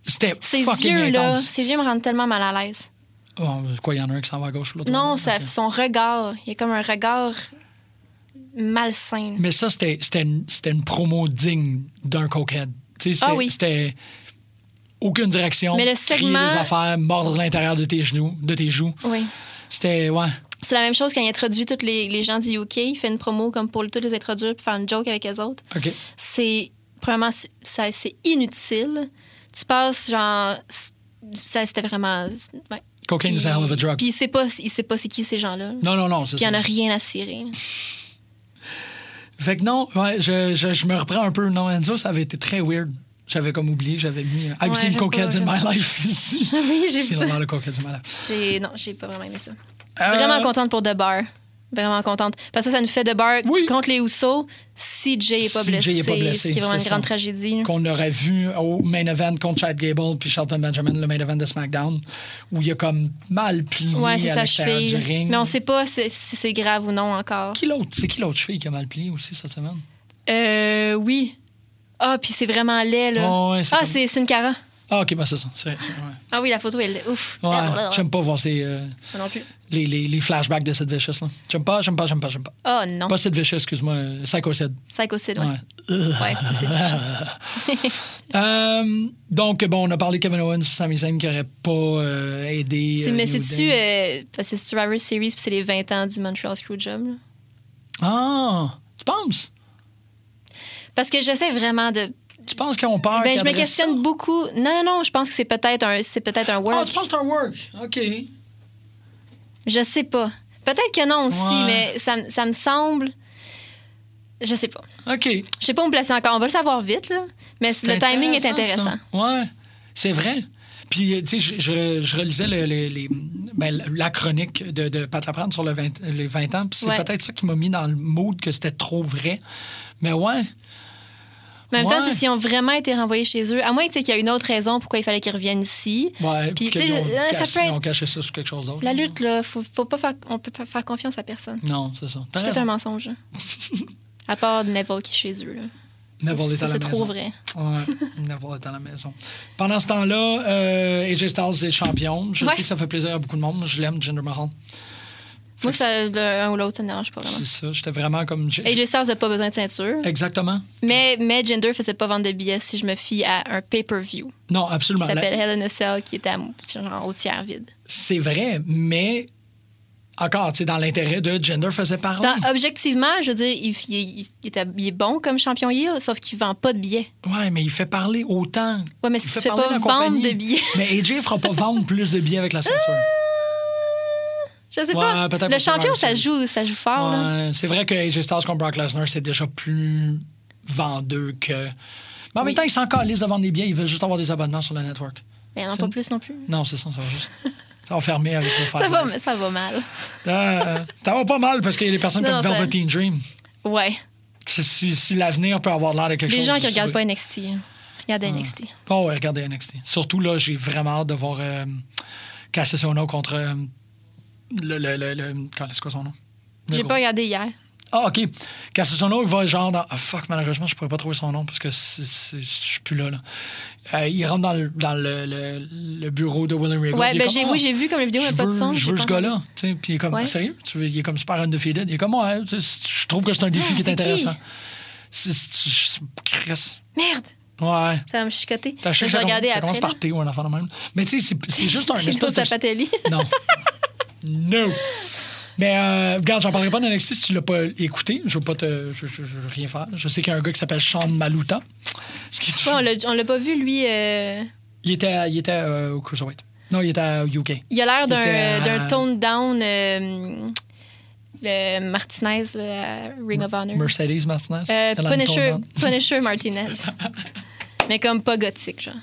C'était ses fucking yeux, là, intense. ses yeux me rendent tellement mal à l'aise. Bon, quoi, il y en a un qui s'en va à gauche ou l'autre? à Non, droite? ça, OK. son regard, il y a comme un regard malsain. Mais ça, c'était, c'était, une, c'était une promo digne d'un cokehead. Tu sais, C'était, Ah oui. c'était aucune direction. Mais le Crier segment- des affaires, mordre l'intérieur de tes genoux, de tes joues. Oui. C'était, ouais. C'est la même chose quand il introduit tous les, les gens du UK, il fait une promo comme pour tous les introduire puis faire une joke avec les autres. OK. C'est, premièrement, c'est- ça- c'est inutile. Tu passes, genre, c- ça, c'était vraiment. ouais. Cocaine is a hell of a drug. Puis il sait pas, il sait pas c'est qui ces gens-là. non, non, non, c'est Puis il ça. y en a rien à cirer. Fait que non, ouais, je, je, je me reprends un peu. Non, Enzo, ça avait été très weird. J'avais comme oublié, j'avais mis euh, I've Ouais, seen j'ai cokeheads pas- in my life [LAUGHS] ici. [LAUGHS] oui, j'ai C'est vu ça. dans le cokeheads in my life. J'ai- Non, j'ai pas vraiment aimé ça. Euh, Vraiment contente pour The Bar. Vraiment contente. Parce que ça, ça nous fait The Bar Oui. contre les Housseaux si Jay est pas, Si Jay blessé, est pas blessé, ce qui est vraiment c'est une grande ça. tragédie. là. qu'on aurait vu au main event contre Chad Gable puis Shelton Benjamin, le main event de SmackDown, où il a comme mal plié Ouais, c'est à sa l'extérieur cheville. du ring. Mais on sait pas si, si c'est grave ou non encore. Qui l'autre? C'est qui l'autre cheville qui a mal plié aussi cette semaine? Euh, oui. Ah, puis c'est vraiment laid, là. Ouais, ouais, c'est ah, comme- c'est c'est une cara. Ah, ok, bah c'est ça. C'est- c'est- ouais. Ah oui, la photo, elle est ouf. Ouais, Ah, j'aime pas voir ces, euh, non plus. les, les, les flashbacks de cette Vicious. là. J'aime pas, j'aime pas, j'aime pas, j'aime pas. Ah non. Pas cette Vicious, excuse-moi, euh, Psycho Sid. [LAUGHS] Psycho Sid, ouais. Ouais. Ouais, c'est Euh, donc, bon, on a parlé de Kevin Owens et Sami Zayn qui n'auraient pas euh, aidé. C'est- euh, mais New c'est-tu. Day. euh, parce que c'est Survivor Series, puis c'est les 20 ans du Montreal Screwjob. là. Ah, tu penses? Parce que j'essaie vraiment de. Tu penses qu'on perd? Ben, je me qu'après questionne ça? beaucoup. Non, non, non, je pense que c'est peut-être un, c'est peut-être un Ah, work. tu penses que c'est un work? OK. Je sais pas. Peut-être que non aussi, Ouais. mais ça, me- ça me semble. Je sais pas. OK. Je sais pas où me placer encore. On va le savoir vite, là. Mais le timing est intéressant. ça. Ouais, c'est vrai. Puis, euh, tu sais, je, je- je relisais le- le- les, ben, la chronique de, de Pat Laprade sur le 20, les 20 ans, puis c'est Ouais. peut-être ça qui m'a mis dans le mood que c'était trop vrai. Mais ouais, Mais en même temps, Ouais. c'est s'ils ont vraiment été renvoyés chez eux, à moins tu sais, qu'il y a une autre raison pourquoi il fallait qu'ils reviennent ici. ouais Puis, puis tu qu'ils sais, ont, euh, ça caché- peut ils ont être- caché ça sur quelque chose d'autre. La lutte, là, faut, faut pas faire, on peut pas faire confiance à personne. Non, c'est ça. T'as C'est tout raison. un [LAUGHS] mensonge. là. à part Neville qui est chez eux. Là. Neville Ça, est à la C'est trop maison. vrai. [LAUGHS] Ouais, Neville est à la maison. Pendant ce temps-là, euh, AJ Styles est champion. Je Ouais. sais que ça fait plaisir à beaucoup de monde. Je l'aime, Jinder Mahal. Moi, que ça, l'un ou l'autre, ça ne dérange pas vraiment. C'est ça, j'étais vraiment comme... AJ Styles n'a pas besoin de ceinture. Exactement. Mais, mais Gender faisait pas vendre de billets si je me fie à un pay-per-view Non, qui absolument. Ben, La- s'appelle Hell in a Cell qui était à, genre au tiers vide. C'est vrai, mais encore, tu sais, dans l'intérêt de Gender faisait parler. Dans- objectivement, je veux dire, il, il- il- il était- il est bon comme champion heel, sauf qu'il vend pas de billets. Ouais, mais il fait parler autant. Ouais, mais Il si fait euh, tu fais parler pas la vendre compagnie. de billets. [LAUGHS] Mais AJ fera pas vendre plus de billets avec la ceinture. Je sais Ouais, pas. peut-être Le pas champion, Survivor ça Series. joue, ça joue fort. là. Ouais, c'est vrai que AJ Styles contre Brock Lesnar, c'est déjà plus vendeur que. Mais en même Oui. temps, il s'en calisse de vendre des billets, il veut juste avoir des abonnements sur le network. Mais non, C'est- pas plus non plus. Non, c'est ça, ça va [LAUGHS] juste. Ça va fermer avec le Ça va, mal. mais ça va mal. Ah, euh, ça va pas mal parce qu'il y a des personnes Non, comme non, ça- Velveteen Dream. Ouais. Si, si- si l'avenir peut avoir l'air de quelque Les chose. gens qui je sais regardent pas NXT, regardent NXT. Oh ouais, regardez NXT. Surtout là, j'ai vraiment hâte de voir euh, Cassius Ohno contre euh, le, le, le, le- quand- c'est quoi son nom? Le J'ai gros. pas regardé hier. Ah, OK. Cassius Ohno, il va genre dans... Ah, fuck, malheureusement, je pourrais pas trouver son nom parce que c'est- c'est- je suis plus là. là. Euh, il rentre dans le, dans le, le, le bureau de William Regal. Ouais, Il est ben comme, j'ai, Ah, oui, j'ai vu comme la vidéo, mais je pas de veux- son. Je j'ai veux pas ce entendu. gars-là. Tu sais, Puis il est comme, Ouais. sérieux? Tu veux- il est comme super undefeated. Il est comme, ouais, tu sais, je trouve que c'est un défi Ah, qui est, c'est qui? intéressant. C'est- c'est- c'est- Chris. Merde, Ouais. ça va me chicoter. T'as Je chic, vais ça, com- regarder ça après. commence là. par T ou un enfant de même. Mais tu sais, c'est- [LAUGHS] c'est juste un C'est Lino espèce de... Sapatelli. Non. [LAUGHS] no. Mais euh, regarde, j'en parlerai pas d'NXT si tu l'as pas écouté. Je veux pas te... Je, je- je veux rien faire. Je sais qu'il y a un gars qui s'appelle Sean Maluta. Ce qui est- Ouais, on, l'a, on l'a pas vu, lui. euh, Il était, à- il était euh, au Cruiserweight. Non, il était à- au UK. Il a l'air Il d'un, euh, était à- d'un tone down euh, le Martinez là, à Ring of Honor. Mercedes Martinez. Euh, Elle a une Punisher, tournante. [LAUGHS] Punisher Martinez. mais comme pas gothique, genre.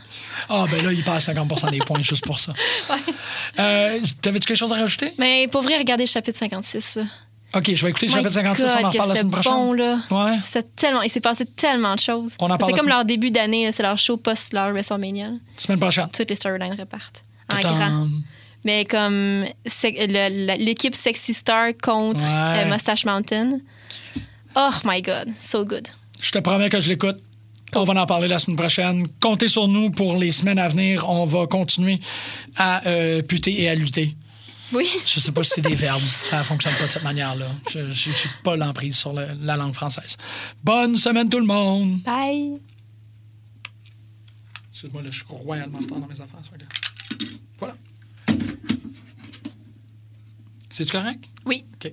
Ah, ben là, il perd 50 des points juste [LAUGHS] pour ça. Euh, T'avais-tu quelque chose à rajouter? Mais pour vrai, regardez le chapitre 56. là. OK, je vais écouter le My chapitre 56. on God, en que reparle la c'est semaine prochaine. Bon, là. Ouais. C'était tellement, il s'est passé tellement de choses. On en parle C'est la comme semaine- leur début d'année, là, c'est leur show post leur WrestleMania. là. Semaine prochaine. Toutes les storylines repartent en Tout grand. Mais comme sec- le- la- l'équipe Sexy Star contre Ouais. euh, Mustache Mountain. Oh my God, so good. Je te promets que je l'écoute. On va en parler la semaine prochaine. Comptez sur nous pour les semaines à venir. On va continuer à euh, puter et à lutter. Oui. [LAUGHS] Je sais pas si c'est des verbes. Ça fonctionne pas de cette manière-là. Je n'ai pas l'emprise sur le- la langue française. Bonne semaine tout le monde. Bye. Excuse-moi, là, je suis royalement retard dans mes affaires. ça, regarde. Voilà. C'est-tu correct? Oui. OK.